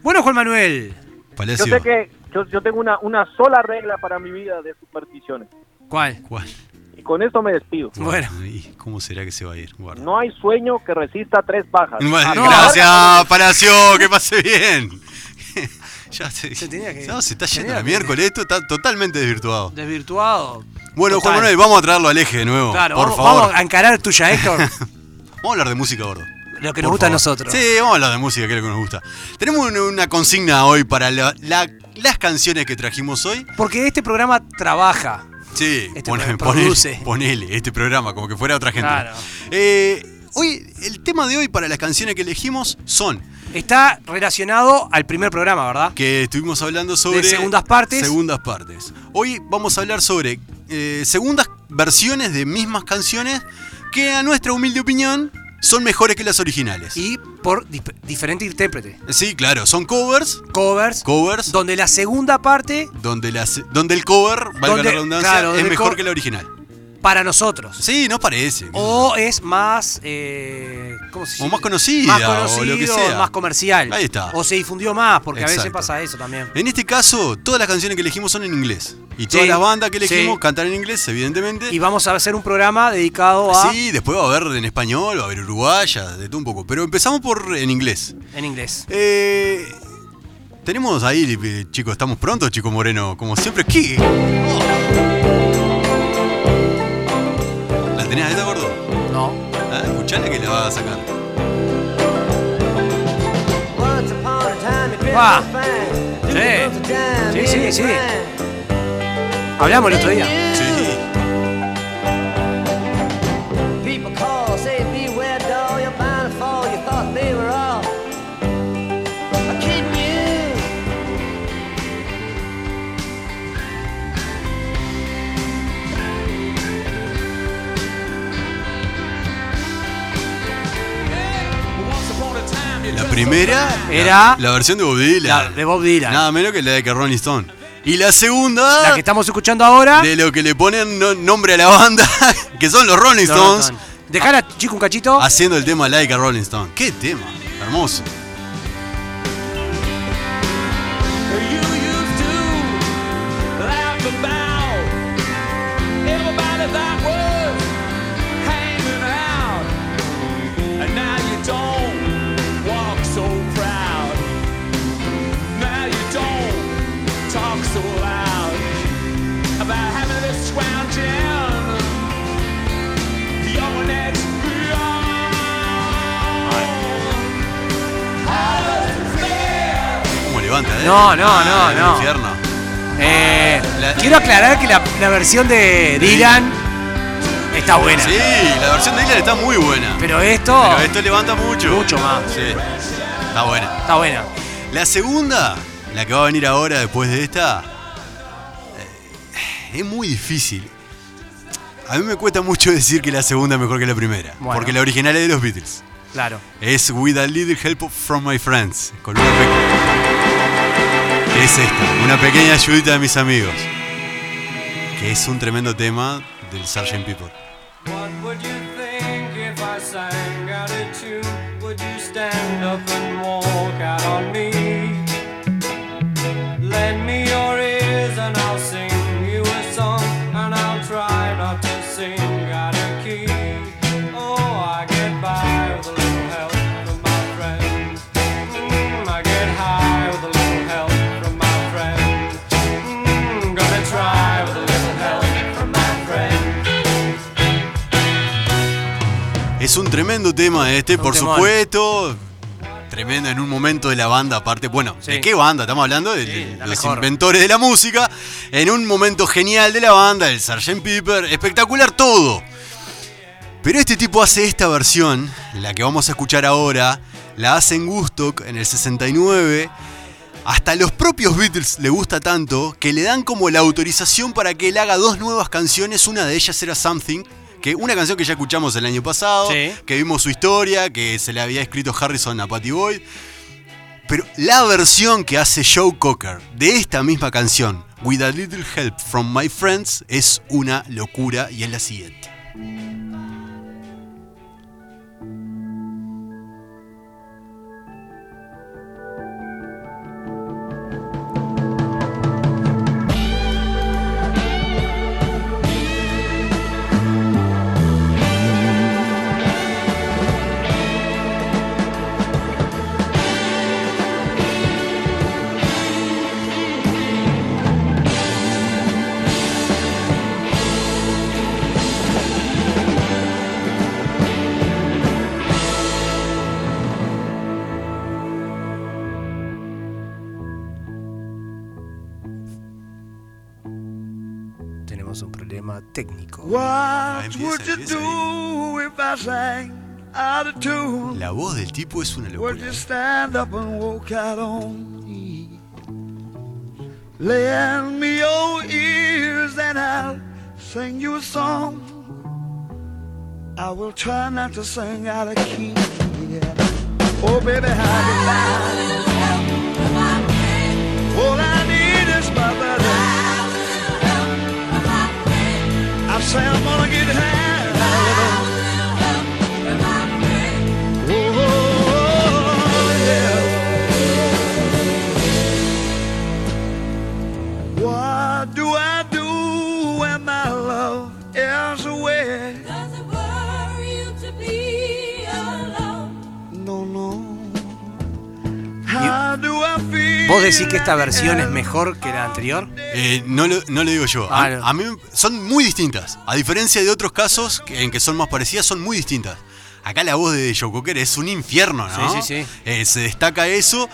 Speaker 3: Bueno, Juan Manuel.
Speaker 4: Palacio.
Speaker 6: Yo sé que yo, yo tengo una, una sola regla para mi vida de supersticiones.
Speaker 3: ¿Cuál?
Speaker 4: ¿Cuál?
Speaker 6: Y con esto me despido.
Speaker 3: Bueno.
Speaker 4: ¿Y cómo será que se va a ir? Guarda.
Speaker 6: No hay sueño que resista tres Ah, bajas.
Speaker 4: Bueno,
Speaker 3: no.
Speaker 4: gracias, Palacio, que pase bien. ya se,
Speaker 3: Se tenía que-
Speaker 4: no, se está yendo
Speaker 3: tenía
Speaker 4: la
Speaker 3: que-
Speaker 4: miércoles, esto está totalmente desvirtuado.
Speaker 3: Desvirtuado.
Speaker 4: Bueno, Juan
Speaker 3: Total.
Speaker 4: Manuel, vamos a traerlo al eje de nuevo.
Speaker 3: Claro,
Speaker 4: por
Speaker 3: vamos,
Speaker 4: favor.
Speaker 3: vamos a encarar tuya, Héctor.
Speaker 4: Vamos a hablar de música, gordo.
Speaker 3: lo que
Speaker 4: Por
Speaker 3: nos gusta a
Speaker 4: favor.
Speaker 3: nosotros.
Speaker 4: Sí, vamos a hablar de música, que es lo que nos gusta. Tenemos un- una consigna hoy para la- la- las canciones que trajimos hoy.
Speaker 3: Porque este programa trabaja.
Speaker 4: Sí,
Speaker 3: Este
Speaker 4: pone-
Speaker 3: programa
Speaker 4: ponele,
Speaker 3: produce.
Speaker 4: ponele este programa como que fuera otra gente.
Speaker 3: Claro.
Speaker 4: Eh, hoy, el tema de hoy para las canciones que elegimos son
Speaker 3: Está relacionado al primer programa, ¿verdad?
Speaker 4: que estuvimos hablando sobre.
Speaker 3: De segundas partes.
Speaker 4: Segundas partes. Hoy vamos a hablar sobre eh, segundas versiones de mismas canciones que, a nuestra humilde opinión, son mejores que las originales.
Speaker 3: Y por dif- diferentes intérpretes.
Speaker 4: Sí, claro, son covers.
Speaker 3: Covers.
Speaker 4: Covers.
Speaker 3: donde la segunda parte,
Speaker 4: donde, las, donde el cover, valga
Speaker 3: Donde-
Speaker 4: la redundancia,
Speaker 3: claro,
Speaker 4: es
Speaker 3: donde el
Speaker 4: mejor
Speaker 3: co-
Speaker 4: que la original.
Speaker 3: para nosotros.
Speaker 4: Sí, no parece.
Speaker 3: O es más. eh, ¿Cómo se
Speaker 4: O
Speaker 3: llama?
Speaker 4: más conocida,
Speaker 3: Más
Speaker 4: o lo que
Speaker 3: conocido,
Speaker 4: sea.
Speaker 3: más comercial.
Speaker 4: Ahí está.
Speaker 3: O se difundió más, porque a veces
Speaker 4: Exacto.
Speaker 3: pasa eso también.
Speaker 4: En este caso, todas las canciones que elegimos son en inglés. Y todas
Speaker 3: Sí,
Speaker 4: las bandas que elegimos
Speaker 3: sí.
Speaker 4: cantan en inglés, evidentemente.
Speaker 3: Y vamos a hacer un programa dedicado a.
Speaker 4: Sí, después va a haber en español, va a haber uruguayas, de todo un poco. Pero empezamos por en inglés.
Speaker 3: En inglés.
Speaker 4: Eh, tenemos ahí, eh, chicos, estamos pronto, chico Moreno, como siempre. ¿Qué? Oh. ¿La tenés ahí, de gordo?
Speaker 3: No.
Speaker 4: Ah, Escuchala que la va a sacar.
Speaker 3: Va.
Speaker 5: Ah.
Speaker 3: Sí. Sí, sí, sí. Hablamos el otro día.
Speaker 4: Sí.
Speaker 5: People call, say beware, doll, you're bound to fall. You thought they were all a kidding you.
Speaker 4: La primera
Speaker 3: Era-
Speaker 4: la, la versión de Bob Dylan.
Speaker 3: La de Bob Dylan.
Speaker 4: Nada menos que la de que Rolling Stone. Y la segunda
Speaker 3: La que estamos escuchando ahora.
Speaker 4: de lo que le ponen no- nombre a la banda, que son los Rolling Stones,
Speaker 3: Dejar a Chico un cachito.
Speaker 4: haciendo el tema Like a Rolling Stone. Qué tema, hermoso. Cómo levanta, ¿eh?
Speaker 3: No, no, no,
Speaker 4: el
Speaker 3: no.
Speaker 4: infierno.
Speaker 3: Eh,
Speaker 4: La-
Speaker 3: Quiero aclarar que la, la versión de Dylan está buena.
Speaker 4: Sí, la versión de Dylan está muy buena.
Speaker 3: Pero esto
Speaker 4: Pero esto levanta mucho.
Speaker 3: Mucho más.
Speaker 4: Sí, está buena.
Speaker 3: está buena.
Speaker 4: La segunda, la que va a venir ahora después de esta, eh, es muy difícil. A mí me cuesta mucho decir que la segunda es mejor que la primera.
Speaker 3: Bueno.
Speaker 4: Porque la original es de los Beatles.
Speaker 3: Claro.
Speaker 4: Es With a Little Help from My Friends. Con una pe- que es esta, una pequeña ayudita de mis amigos. Que es un tremendo tema del Sgt. Pepper.
Speaker 7: What would you think if I sang out a tune? Would you stand up and walk out on me? Lend me your ears and I'll sing you a song, and I'll try not to sing out of key. Oh, I get by with a little help from my friends. Mm, I get high with a little help from my friends. Mm, gonna try with a little help from my friends.
Speaker 4: Es un tremendo tema este, por
Speaker 3: temón.
Speaker 4: supuesto. Tremendo en un momento de la banda, aparte, bueno,
Speaker 3: Sí.
Speaker 4: ¿de qué banda? Estamos hablando de, de
Speaker 3: la
Speaker 4: los
Speaker 3: mejor.
Speaker 4: inventores de la música. En un momento genial de la banda, el Sgt. Pepper, espectacular todo. Pero este tipo hace esta versión, la que vamos a escuchar ahora, la hace en Woodstock en el 69. Hasta los propios Beatles le gusta tanto que le dan como la autorización para que él haga dos nuevas canciones. Una de ellas era Something, que una canción que ya escuchamos el año pasado,
Speaker 3: Sí.
Speaker 4: que vimos su historia, que se le había escrito Harrison a Patty Boyd. Pero la versión que hace Joe Cocker de esta misma canción, With a Little Help from My Friends, es una locura y es la siguiente.
Speaker 3: Tenemos un problema técnico.
Speaker 4: Ahí
Speaker 1: What
Speaker 4: empieza,
Speaker 1: would you
Speaker 4: empieza
Speaker 1: do if I sang out of tune?
Speaker 4: La voz del tipo es una
Speaker 1: Would
Speaker 4: locura.
Speaker 1: you stand up and walk out on me? Lend me your ears and I'll sing you a song. I will try not to sing out of key. yeah. Oh, baby, how do you All I need is my brother. I say I'm gonna get high. Oh, What do I do when my love is away?
Speaker 8: Does it worry you to be alone?
Speaker 1: No, no. How do I feel?
Speaker 3: ¿Vos decís que esta versión es mejor que la anterior?
Speaker 4: Eh, no, lo, no lo digo yo. A,
Speaker 3: Ah, no.
Speaker 4: a mí son muy distintas. A diferencia de otros casos que- en que son más parecidas, son muy distintas. Acá la voz de Joe Cocker es un infierno, ¿no?
Speaker 3: Sí, sí, sí.
Speaker 4: Eh, se destaca eso.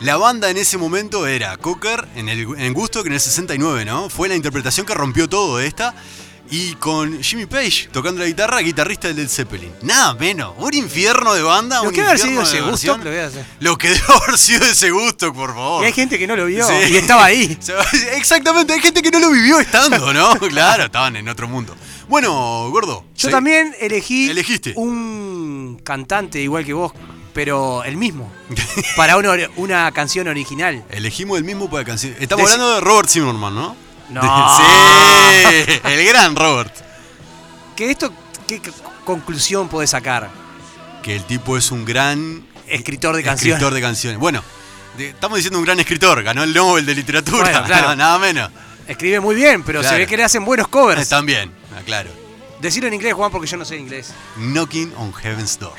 Speaker 4: La banda en ese momento era Cocker en, el, en Gusto, que en el 69, ¿no? Fue la interpretación que rompió todo de esta. Y con Jimmy Page tocando la guitarra, guitarrista del Led Zeppelin. Nada menos. Un infierno de banda.
Speaker 3: Lo
Speaker 4: un
Speaker 3: que debe haber
Speaker 4: infierno
Speaker 3: sido
Speaker 4: de
Speaker 3: ese
Speaker 4: versión.
Speaker 3: gusto, lo voy a hacer.
Speaker 4: Lo que debe haber sido ese gusto, por favor.
Speaker 3: Y hay gente que no lo vio
Speaker 4: Sí.
Speaker 3: y estaba ahí.
Speaker 4: Se va- Exactamente, hay gente que no lo vivió estando, ¿no? Claro, estaban en otro mundo. Bueno, gordo.
Speaker 3: Yo
Speaker 4: sí.
Speaker 3: también elegí
Speaker 4: Elegiste.
Speaker 3: un cantante igual que vos, pero el mismo, para una, ori- una canción original.
Speaker 4: Elegimos el mismo para canción. Estamos
Speaker 3: Deci-
Speaker 4: hablando de Robert Zimmerman, ¿no?
Speaker 3: No.
Speaker 4: Sí, el gran Robert.
Speaker 3: Que esto, ¿qué c- conclusión podés sacar?
Speaker 4: Que el tipo es un gran
Speaker 3: Escritor de canciones.
Speaker 4: escritor de canciones. Bueno, de- estamos diciendo un gran escritor, ganó el Nobel de Literatura,
Speaker 3: Bueno, claro.
Speaker 4: nada menos.
Speaker 3: Escribe muy bien, pero se
Speaker 4: Claro.
Speaker 3: ve que le hacen buenos covers.
Speaker 4: También, ah, claro.
Speaker 3: Decirlo en inglés, Juan, porque yo no sé inglés.
Speaker 4: Knocking on Heaven's Door.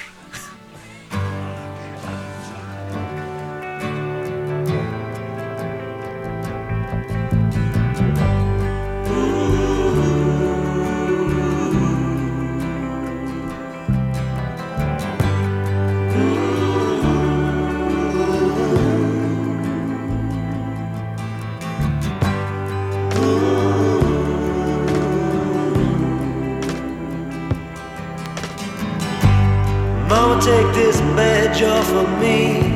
Speaker 5: Mama, take this badge off of me.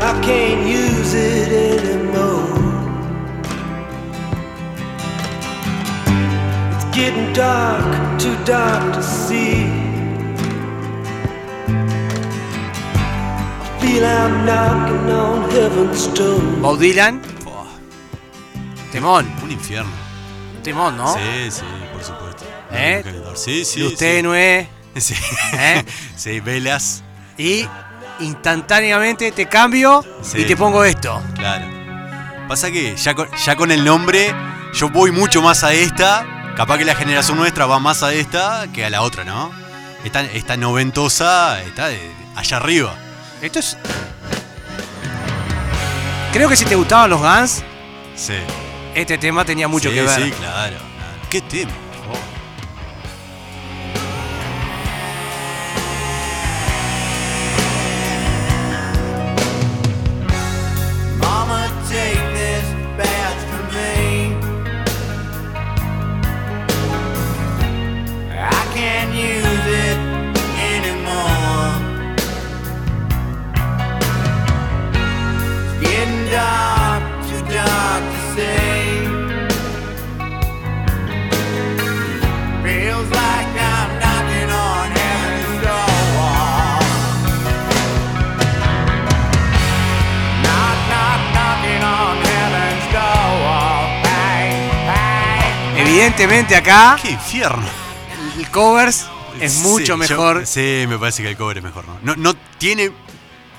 Speaker 5: I can't use it anymore. It's getting dark, too dark to see. I feel I'm knocking on heaven's door.
Speaker 3: Bob Dylan,
Speaker 4: Buah,
Speaker 3: temón,
Speaker 4: un infierno.
Speaker 3: temón, ¿no?
Speaker 4: Sí, sí, por supuesto.
Speaker 3: ¿Eh?
Speaker 4: Knocking on Heaven's Door. Sí, sí.
Speaker 3: Luz
Speaker 4: sí.
Speaker 3: tenue
Speaker 4: Sí.
Speaker 3: ¿Eh?
Speaker 4: Sí, velas.
Speaker 3: y instantáneamente te cambio
Speaker 4: Sí.
Speaker 3: y te pongo esto.
Speaker 4: Claro. Pasa que ya con, ya con el nombre yo voy mucho más a esta. Capaz que la generación nuestra va más a esta que a la otra, ¿no? Esta, esta noventosa está de- allá arriba.
Speaker 3: Esto es... Creo que si te gustaban los Guns,
Speaker 4: Sí.
Speaker 3: este tema tenía mucho
Speaker 4: Sí,
Speaker 3: que ver.
Speaker 4: Sí, claro. claro. Qué tema. Oh.
Speaker 7: Mama, take this bath from me. I can't use it anymore.
Speaker 3: evidentemente acá
Speaker 4: ¡Qué infierno!
Speaker 3: el covers es mucho
Speaker 4: Sí, yo-
Speaker 3: mejor.
Speaker 4: sí, me parece que el cover es mejor, ¿no? No, no tiene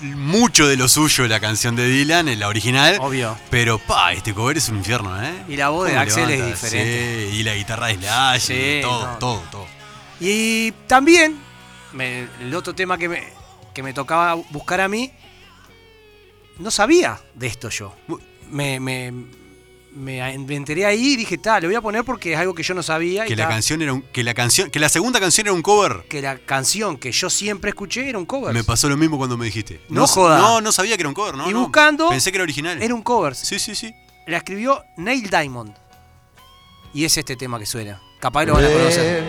Speaker 4: mucho de lo suyo la canción de Dylan, en la original.
Speaker 3: Obvio.
Speaker 4: Pero, pa, este cover es un infierno, ¿eh?
Speaker 3: Y la voz de
Speaker 4: ¿Cómo
Speaker 3: Axel es
Speaker 4: levanta?
Speaker 3: diferente.
Speaker 4: Sí, y la guitarra de Slash,
Speaker 3: Sí,
Speaker 4: y todo,
Speaker 3: no.
Speaker 4: todo, todo.
Speaker 3: Y también, me- el otro tema que me, que me tocaba buscar a mí, no sabía de esto yo. Me, me, me enteré ahí y dije, tal, lo voy a poner porque es algo que yo no sabía. y
Speaker 4: Que la
Speaker 3: ta,
Speaker 4: canción era un, que la canción, que la segunda canción era un cover.
Speaker 3: que la canción que yo siempre escuché era un cover.
Speaker 4: Me pasó lo mismo cuando me dijiste.
Speaker 3: No
Speaker 4: sa-
Speaker 3: joda.
Speaker 4: No, no sabía que era un cover, ¿no?
Speaker 3: Y
Speaker 4: no.
Speaker 3: buscando,
Speaker 4: Pensé que era original.
Speaker 3: Era un cover.
Speaker 4: Sí, sí, sí.
Speaker 3: La escribió Neil Diamond. Y es este tema que suena. Capaz lo van a conocer.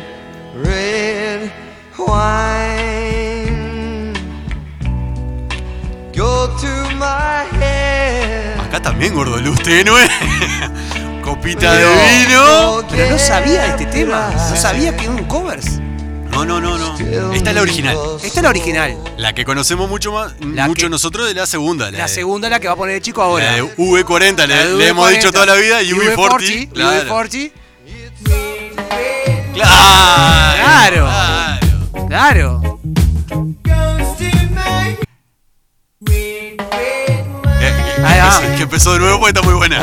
Speaker 5: red wine. Go to my head.
Speaker 4: Acá también, gordo luz tenue. Copita de vino.
Speaker 5: Pero-
Speaker 3: Pero no sabía de este tema. No sabía que era un cover.
Speaker 4: No, no, no, no. Esta es la original.
Speaker 3: Esta es la original.
Speaker 4: La que conocemos mucho más,
Speaker 3: La
Speaker 4: mucho
Speaker 3: que-
Speaker 4: nosotros de la segunda. La,
Speaker 3: La
Speaker 4: de-
Speaker 3: segunda es la que va a poner el chico
Speaker 4: la
Speaker 3: ahora.
Speaker 4: de V40,
Speaker 3: La
Speaker 4: le,
Speaker 3: de
Speaker 4: le hemos
Speaker 3: V40,
Speaker 4: dicho toda la vida. Y
Speaker 3: UB40,
Speaker 4: V40. Claro.
Speaker 3: UB40,
Speaker 4: Claro.
Speaker 3: Claro.
Speaker 4: claro.
Speaker 3: Claro.
Speaker 4: Eh, que,
Speaker 3: Ahí va.
Speaker 4: empezó, que empezó de nuevo porque está muy buena.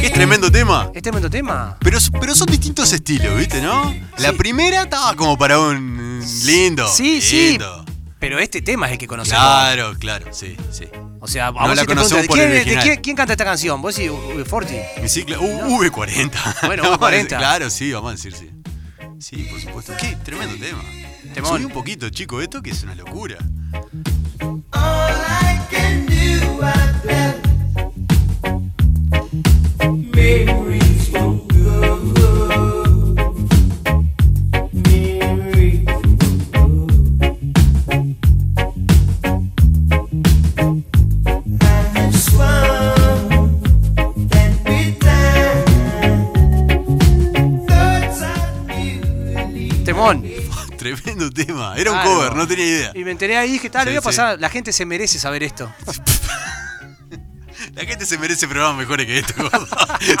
Speaker 4: Qué tremendo tema.
Speaker 3: Este es otro tema.
Speaker 4: Pero, pero son distintos estilos, ¿viste, no? La
Speaker 3: Sí.
Speaker 4: primera estaba como para un mm, lindo.
Speaker 3: Sí, sí.
Speaker 4: lindo.
Speaker 3: Pero este tema es el que conocemos.
Speaker 4: Claro, claro, sí, sí.
Speaker 3: O sea,
Speaker 4: No
Speaker 3: vamos
Speaker 4: la
Speaker 3: a preguntan,
Speaker 4: conocemos por
Speaker 3: ¿quién,
Speaker 4: el
Speaker 3: de
Speaker 4: original.
Speaker 3: quién- quién canta esta canción? Vos decís UB40.
Speaker 4: Mi ciclo, uh, V40.
Speaker 3: Bueno,
Speaker 4: Vamos a decir,
Speaker 3: V40.
Speaker 4: Claro, sí, vamos a decir, sí. Sí, por supuesto. Qué tremendo tema.
Speaker 3: Temón.
Speaker 4: Subí un poquito, chico, esto que es una locura.
Speaker 3: Temón.
Speaker 4: Tremendo tema. Era un
Speaker 3: Claro.
Speaker 4: cover, no tenía idea.
Speaker 3: Y me enteré ahí y dije, tal,
Speaker 4: Sí,
Speaker 3: lo voy a
Speaker 4: sí.
Speaker 3: pasar. La gente se merece saber esto.
Speaker 4: La gente se merece programas mejores que esto, gordo.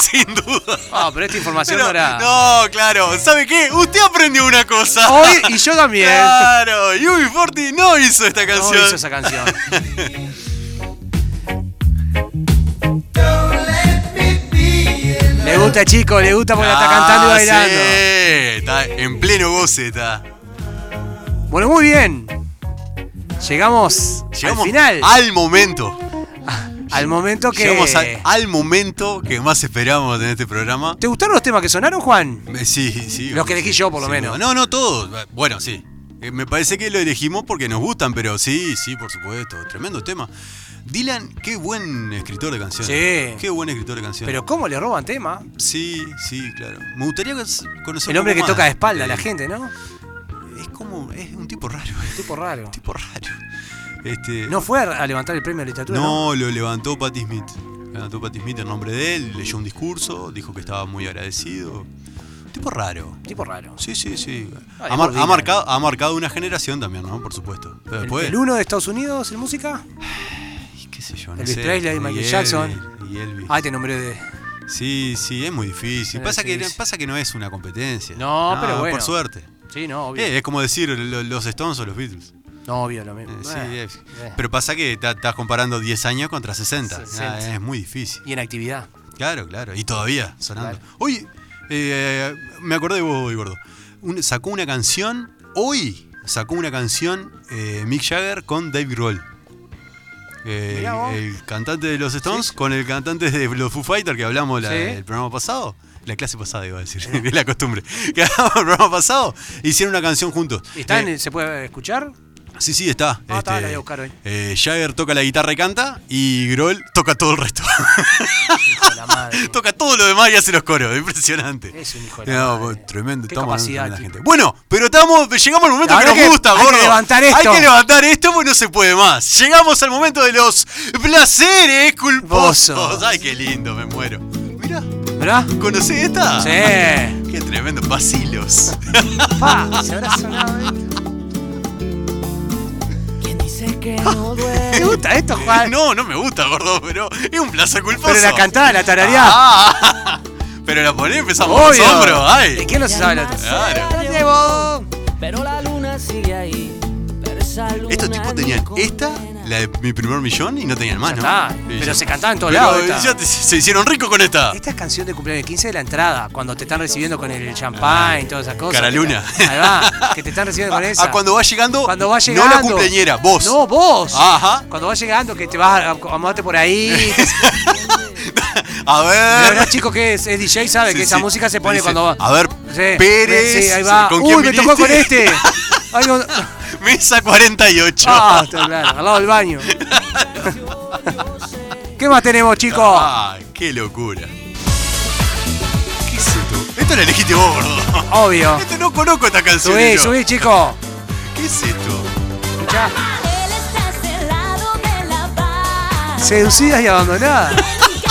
Speaker 4: Sin duda.
Speaker 3: Ah, pero esta información
Speaker 4: Pero-
Speaker 3: no era. ¡Oh!
Speaker 4: No, claro. ¿Sabe qué? Usted aprendió una cosa.
Speaker 3: Hoy y yo también.
Speaker 4: Claro, UB40 no hizo esta
Speaker 3: No
Speaker 4: canción.
Speaker 3: hizo esa canción. Le gusta, chico, le gusta porque la está cantando y
Speaker 4: Ah, sí,
Speaker 3: bailando.
Speaker 4: está en pleno goce, está.
Speaker 3: Bueno, muy bien. Llegamos,
Speaker 4: Llegamos
Speaker 3: al final.
Speaker 4: al momento.
Speaker 3: al momento que.
Speaker 4: Llegamos al, al momento que más esperábamos en este programa.
Speaker 3: ¿Te gustaron los temas que sonaron, Juan?
Speaker 4: Eh, Sí, sí.
Speaker 3: Los que elegí
Speaker 4: sí,
Speaker 3: yo, por lo
Speaker 4: sin
Speaker 3: menos.
Speaker 4: duda. No, no, todos. Bueno, sí. Eh, Me parece que lo elegimos porque nos gustan, pero sí, sí, por supuesto. Tremendo tema. Dylan, qué buen escritor de canciones.
Speaker 3: Sí.
Speaker 4: Qué buen escritor de canciones.
Speaker 3: Pero ¿cómo le roban tema?
Speaker 4: Sí, sí, claro. Me gustaría conocer
Speaker 3: El hombre que toca de espalda a
Speaker 4: a
Speaker 3: la gente, ¿no?
Speaker 4: Es como. Es un tipo raro.
Speaker 3: Tipo raro.
Speaker 4: Un tipo raro. Este,
Speaker 3: No fue a levantar el premio de literatura.
Speaker 4: No, lo levantó Patti Smith. Levantó Patti Smith en nombre de él, leyó un discurso, dijo que estaba muy agradecido. Tipo raro.
Speaker 3: Tipo raro.
Speaker 4: Sí, sí, sí.
Speaker 3: Ah,
Speaker 4: Ha,
Speaker 3: vos,
Speaker 4: mar- ha
Speaker 3: Dylan.
Speaker 4: marcado, ha marcado una generación también, ¿no? Por supuesto. Pero
Speaker 3: El,
Speaker 4: después,
Speaker 3: el uno de Estados Unidos en música.
Speaker 4: qué sé yo, no
Speaker 3: Elvis
Speaker 4: sé,
Speaker 3: Presley,
Speaker 4: y
Speaker 3: Michael
Speaker 4: Elvis,
Speaker 3: Jackson.
Speaker 4: Y Elvis.
Speaker 3: Ah, te nombré de.
Speaker 4: Sí, sí, es muy difícil.
Speaker 3: Eh,
Speaker 4: Pasa,
Speaker 3: sí,
Speaker 4: que,
Speaker 3: sí.
Speaker 4: pasa que no es una competencia. Ah,
Speaker 3: No, pero bueno.
Speaker 4: Por suerte.
Speaker 3: Sí, no, obvio.
Speaker 4: Eh, es como decir lo- los Stones o los Beatles.
Speaker 3: No, obvio, lo
Speaker 4: Eh,
Speaker 3: mismo.
Speaker 4: sí,
Speaker 3: Eh,
Speaker 4: es-
Speaker 3: eh.
Speaker 4: Pero pasa que ta- estás comparando 10 años contra 60. Ah,
Speaker 3: 60.
Speaker 4: es muy difícil.
Speaker 3: Y en actividad.
Speaker 4: Claro, claro. Y todavía sonando. Hoy, eh, me acordé de vos hoy, gordo. Un- sacó una canción, hoy sacó una canción eh, Mick Jagger con Dave Grohl. Eh,
Speaker 3: Mirá vos.
Speaker 4: el, cantante de los Stones con el cantante de los Foo Fighters que hablamos la-
Speaker 3: Sí.
Speaker 4: el programa pasado. La clase pasada, iba a decir. Es la costumbre. Que hablamos el programa pasado. Hicieron una canción juntos.
Speaker 3: ¿Está
Speaker 4: Eh,
Speaker 3: en el- ¿Se puede escuchar?
Speaker 4: Sí, sí, está.
Speaker 3: Ah, está, la voy a buscar hoy.
Speaker 4: eh, Jagger toca la guitarra y canta, y Grohl toca todo el resto.
Speaker 3: Hijo de la madre.
Speaker 4: toca todo lo demás y hace los coros. Impresionante.
Speaker 3: Es un hijo de la
Speaker 4: No,
Speaker 3: madre.
Speaker 4: pues, tremendo,
Speaker 3: Qué
Speaker 4: estamos hablando
Speaker 3: capacidad,
Speaker 4: tremenda
Speaker 3: chico.
Speaker 4: gente. Bueno, pero estamos, llegamos al momento
Speaker 3: La
Speaker 4: que nos
Speaker 3: verdad que
Speaker 4: gusta,
Speaker 3: hay que
Speaker 4: gordo.
Speaker 3: levantar esto.
Speaker 4: Hay que levantar esto, pues no se puede más. Llegamos al momento de los placeres culposos.
Speaker 3: Vos.
Speaker 4: Ay, qué lindo, me muero. Mira,
Speaker 3: ¿Verdad?
Speaker 4: ¿conocés esta?
Speaker 3: Sí.
Speaker 4: Qué tremendo, vacilos. Ah,
Speaker 3: Pa, se habrá sonado esto.
Speaker 8: Quien dice
Speaker 5: que no duele.
Speaker 3: Ah, ¿Te gusta esto, Juan?
Speaker 4: No, no me gusta, gordo, pero es un placer culposo.
Speaker 3: Pero la cantada, la tarareada.
Speaker 4: Ah, pero la poné y empezamos por
Speaker 3: Obvio.
Speaker 4: hombro.
Speaker 3: ¿Y
Speaker 4: Ay.
Speaker 3: quién no se sabe la otra?
Speaker 4: Claro.
Speaker 5: Te llevo. Pero la luna sigue ahí. Pero esa luna
Speaker 4: Estos tipos tenían
Speaker 5: no
Speaker 4: esta,
Speaker 5: condena.
Speaker 4: la de mi primer millón, y no tenían más, ¿no?
Speaker 3: Ah,
Speaker 4: Y
Speaker 3: pero
Speaker 4: ya-
Speaker 3: se cantaba en todos
Speaker 4: Pero
Speaker 3: lados. esta.
Speaker 4: ya te- se hicieron ricos con esta.
Speaker 3: Esta es canción de cumpleaños de 15 de la entrada, cuando te están recibiendo con el champán y todas esas cosas.
Speaker 4: Cara luna.
Speaker 3: Ahí va, que te están recibiendo con
Speaker 4: Ah,
Speaker 3: esa.
Speaker 4: ah, cuando vas llegando,
Speaker 3: Cuando vas
Speaker 4: no
Speaker 3: llegando.
Speaker 4: la cumpleañera, vos.
Speaker 3: No, vos.
Speaker 4: Ajá.
Speaker 3: Cuando vas llegando, que te vas a, a, a mudarte por ahí.
Speaker 4: A
Speaker 3: La verdad,
Speaker 4: ver.
Speaker 3: chico, que es, es DJ, sabe
Speaker 4: Ah. Sí,
Speaker 3: que esa
Speaker 4: sí.
Speaker 3: música se pone
Speaker 4: Dice,
Speaker 3: cuando va.
Speaker 4: A ver,
Speaker 3: Sí,
Speaker 4: Pérez.
Speaker 3: sí, ahí va.
Speaker 4: ¿con
Speaker 3: Uy,
Speaker 4: quién
Speaker 3: me tocó con
Speaker 4: viniste?
Speaker 3: este. Ay, no-
Speaker 4: Mesa 48.
Speaker 3: Ah, está claro, al lado del baño. ¿Qué más tenemos, chicos?
Speaker 4: Ah, qué locura. ¿Qué es esto? Esto lo elegiste vos, gordo.
Speaker 3: Obvio.
Speaker 4: Esto no conozco esta canción.
Speaker 3: Subí,
Speaker 4: yo.
Speaker 3: subí, chicos.
Speaker 4: ¿Qué es esto?
Speaker 3: Escuchá.
Speaker 8: Él está celado de la paz.
Speaker 3: Seducidas y abandonadas.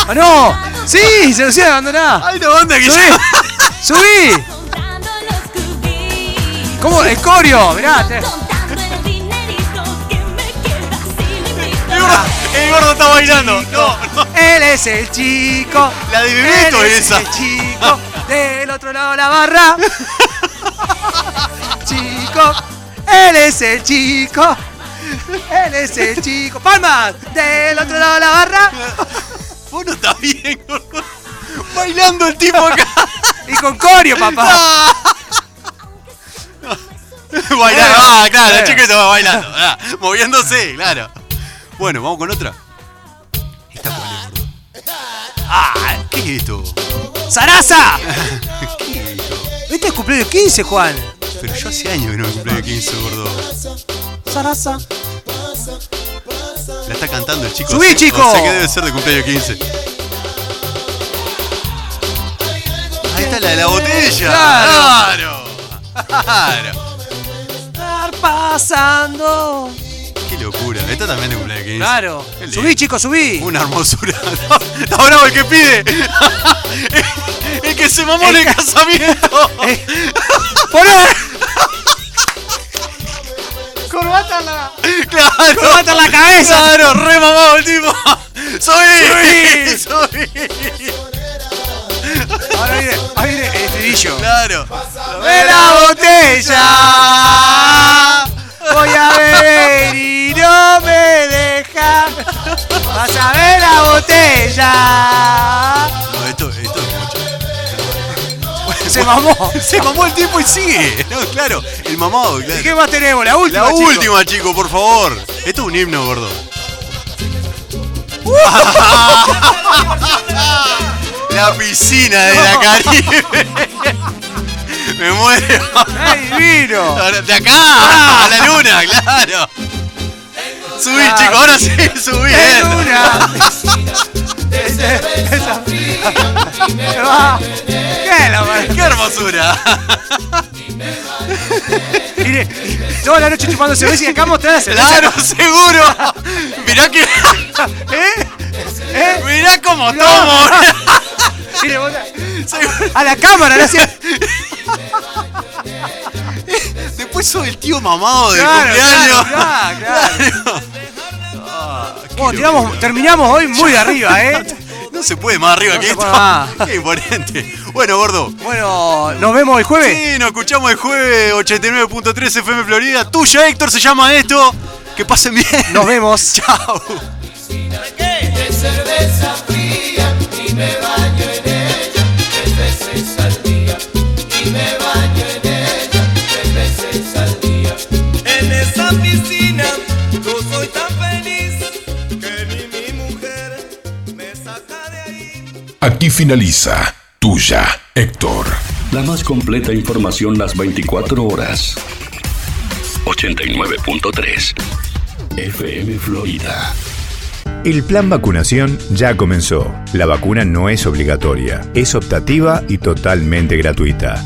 Speaker 3: ¡Ah, no! ¡Sí! ¡Seducidas y abandonadas!
Speaker 4: Hay una banda que
Speaker 3: ¡Subí!
Speaker 4: ya-
Speaker 3: ¡Subí!
Speaker 8: Contando los cubillos.
Speaker 3: ¿Cómo? ¡El corio! Mirá, te-
Speaker 8: Contando el dinerito que me queda sin
Speaker 4: El
Speaker 8: librito.
Speaker 4: gordo, el gordo está bailando. No, no.
Speaker 3: Él es el chico.
Speaker 4: La de Bebeto
Speaker 3: él
Speaker 4: esa.
Speaker 3: El chico del otro lado de la barra. chico. Él es el chico. Él es el chico. ¡Palmas! Del otro lado de la barra.
Speaker 4: Vos no estás bien, gordo. Bailando el tipo acá.
Speaker 3: Y con corio, papá.
Speaker 4: Bailando, ah, claro,
Speaker 3: Bueno. Eh.
Speaker 4: el chico estaba bailando, ah, moviéndose, claro. Bueno, vamos con otra. Esta cuál es, gordo? Ah, ¿qué es esto?
Speaker 3: ¡Sarasa!
Speaker 4: ¿Qué es esto?
Speaker 3: Este es cumpleaños 15, Juan.
Speaker 4: Pero yo hace años que no me cumple de 15, gordo.
Speaker 3: Sarasa.
Speaker 4: La está cantando el chico.
Speaker 3: ¡Subí,
Speaker 4: O sea-
Speaker 3: chico!
Speaker 4: O sea que debe ser de cumpleaños 15. Ahí está la de la botella.
Speaker 3: Claro.
Speaker 4: Claro. Claro.
Speaker 3: Estar pasando.
Speaker 4: Qué locura. Esta también es de cumpleaños 15.
Speaker 3: Claro.
Speaker 4: Qué lindo.
Speaker 3: Subí, chicos, subí.
Speaker 4: Una hermosura. Está bravo el que pide. El, el que se mamó en el casamiento.
Speaker 3: Eh. ¡Poné!
Speaker 4: Claro.
Speaker 3: ¡Corbata en la cabeza!
Speaker 4: Claro, re mamado el tipo. Soy. Soy.
Speaker 3: Ahora viene, ahora viene el estribillo.
Speaker 4: Claro.
Speaker 3: ¡De la botella! Voy a beber y no me deja. Vas a ver la botella.
Speaker 4: No, esto, esto es mucho.
Speaker 3: Se mamó.
Speaker 4: Se mamó el tiempo y sigue. No, claro, el mamado, claro.
Speaker 3: ¿Y qué más tenemos? La última.
Speaker 4: La
Speaker 3: chicos.
Speaker 4: última, chico, por favor. Esto es un himno, gordo. la piscina de la Caribe. Me muero.
Speaker 3: ¡Ay, divino!
Speaker 4: De acá, a la luna, claro. Subí, chico, ahora sí, subí. eh.
Speaker 3: ¡Es
Speaker 4: eso.
Speaker 3: una! Ese- esa- Se va. ¿Qué es la madre?
Speaker 4: ¡Qué hermosura!
Speaker 3: Mire, toda la noche chupando cerveza y acá mostrar la cerveza.
Speaker 4: ¡Claro, seguro! Mirá que.
Speaker 3: ¿Eh? ¿Eh?
Speaker 4: Mirá cómo tomo. eh.
Speaker 3: Mire, vos-
Speaker 4: Seguro.
Speaker 3: a la cámara, gracias.
Speaker 4: Después soy el tío mamado del
Speaker 3: Claro,
Speaker 4: cumpleaños.
Speaker 3: claro, claro,
Speaker 4: Ah, qué
Speaker 3: Bueno, tiramos,
Speaker 4: locura.
Speaker 3: terminamos hoy muy de arriba, ¿eh?
Speaker 4: No se puede más arriba
Speaker 3: No
Speaker 4: que
Speaker 3: se
Speaker 4: esto.
Speaker 3: puede más.
Speaker 4: Qué imponente. Bueno, gordo.
Speaker 3: Bueno, nos vemos el jueves.
Speaker 4: Sí, nos escuchamos el jueves 89.3 FM Florida. Tuya, Héctor, se llama esto. Que pasen bien.
Speaker 3: Nos vemos.
Speaker 4: Chao.
Speaker 7: En esa piscina yo soy tan feliz que ni mi mujer me saca de ahí.
Speaker 2: Aquí finaliza Tuya, Héctor.
Speaker 9: La más completa información las 24 horas. 89.3 FM Florida.
Speaker 10: El plan vacunación ya comenzó. La vacuna no es obligatoria, es optativa y totalmente gratuita.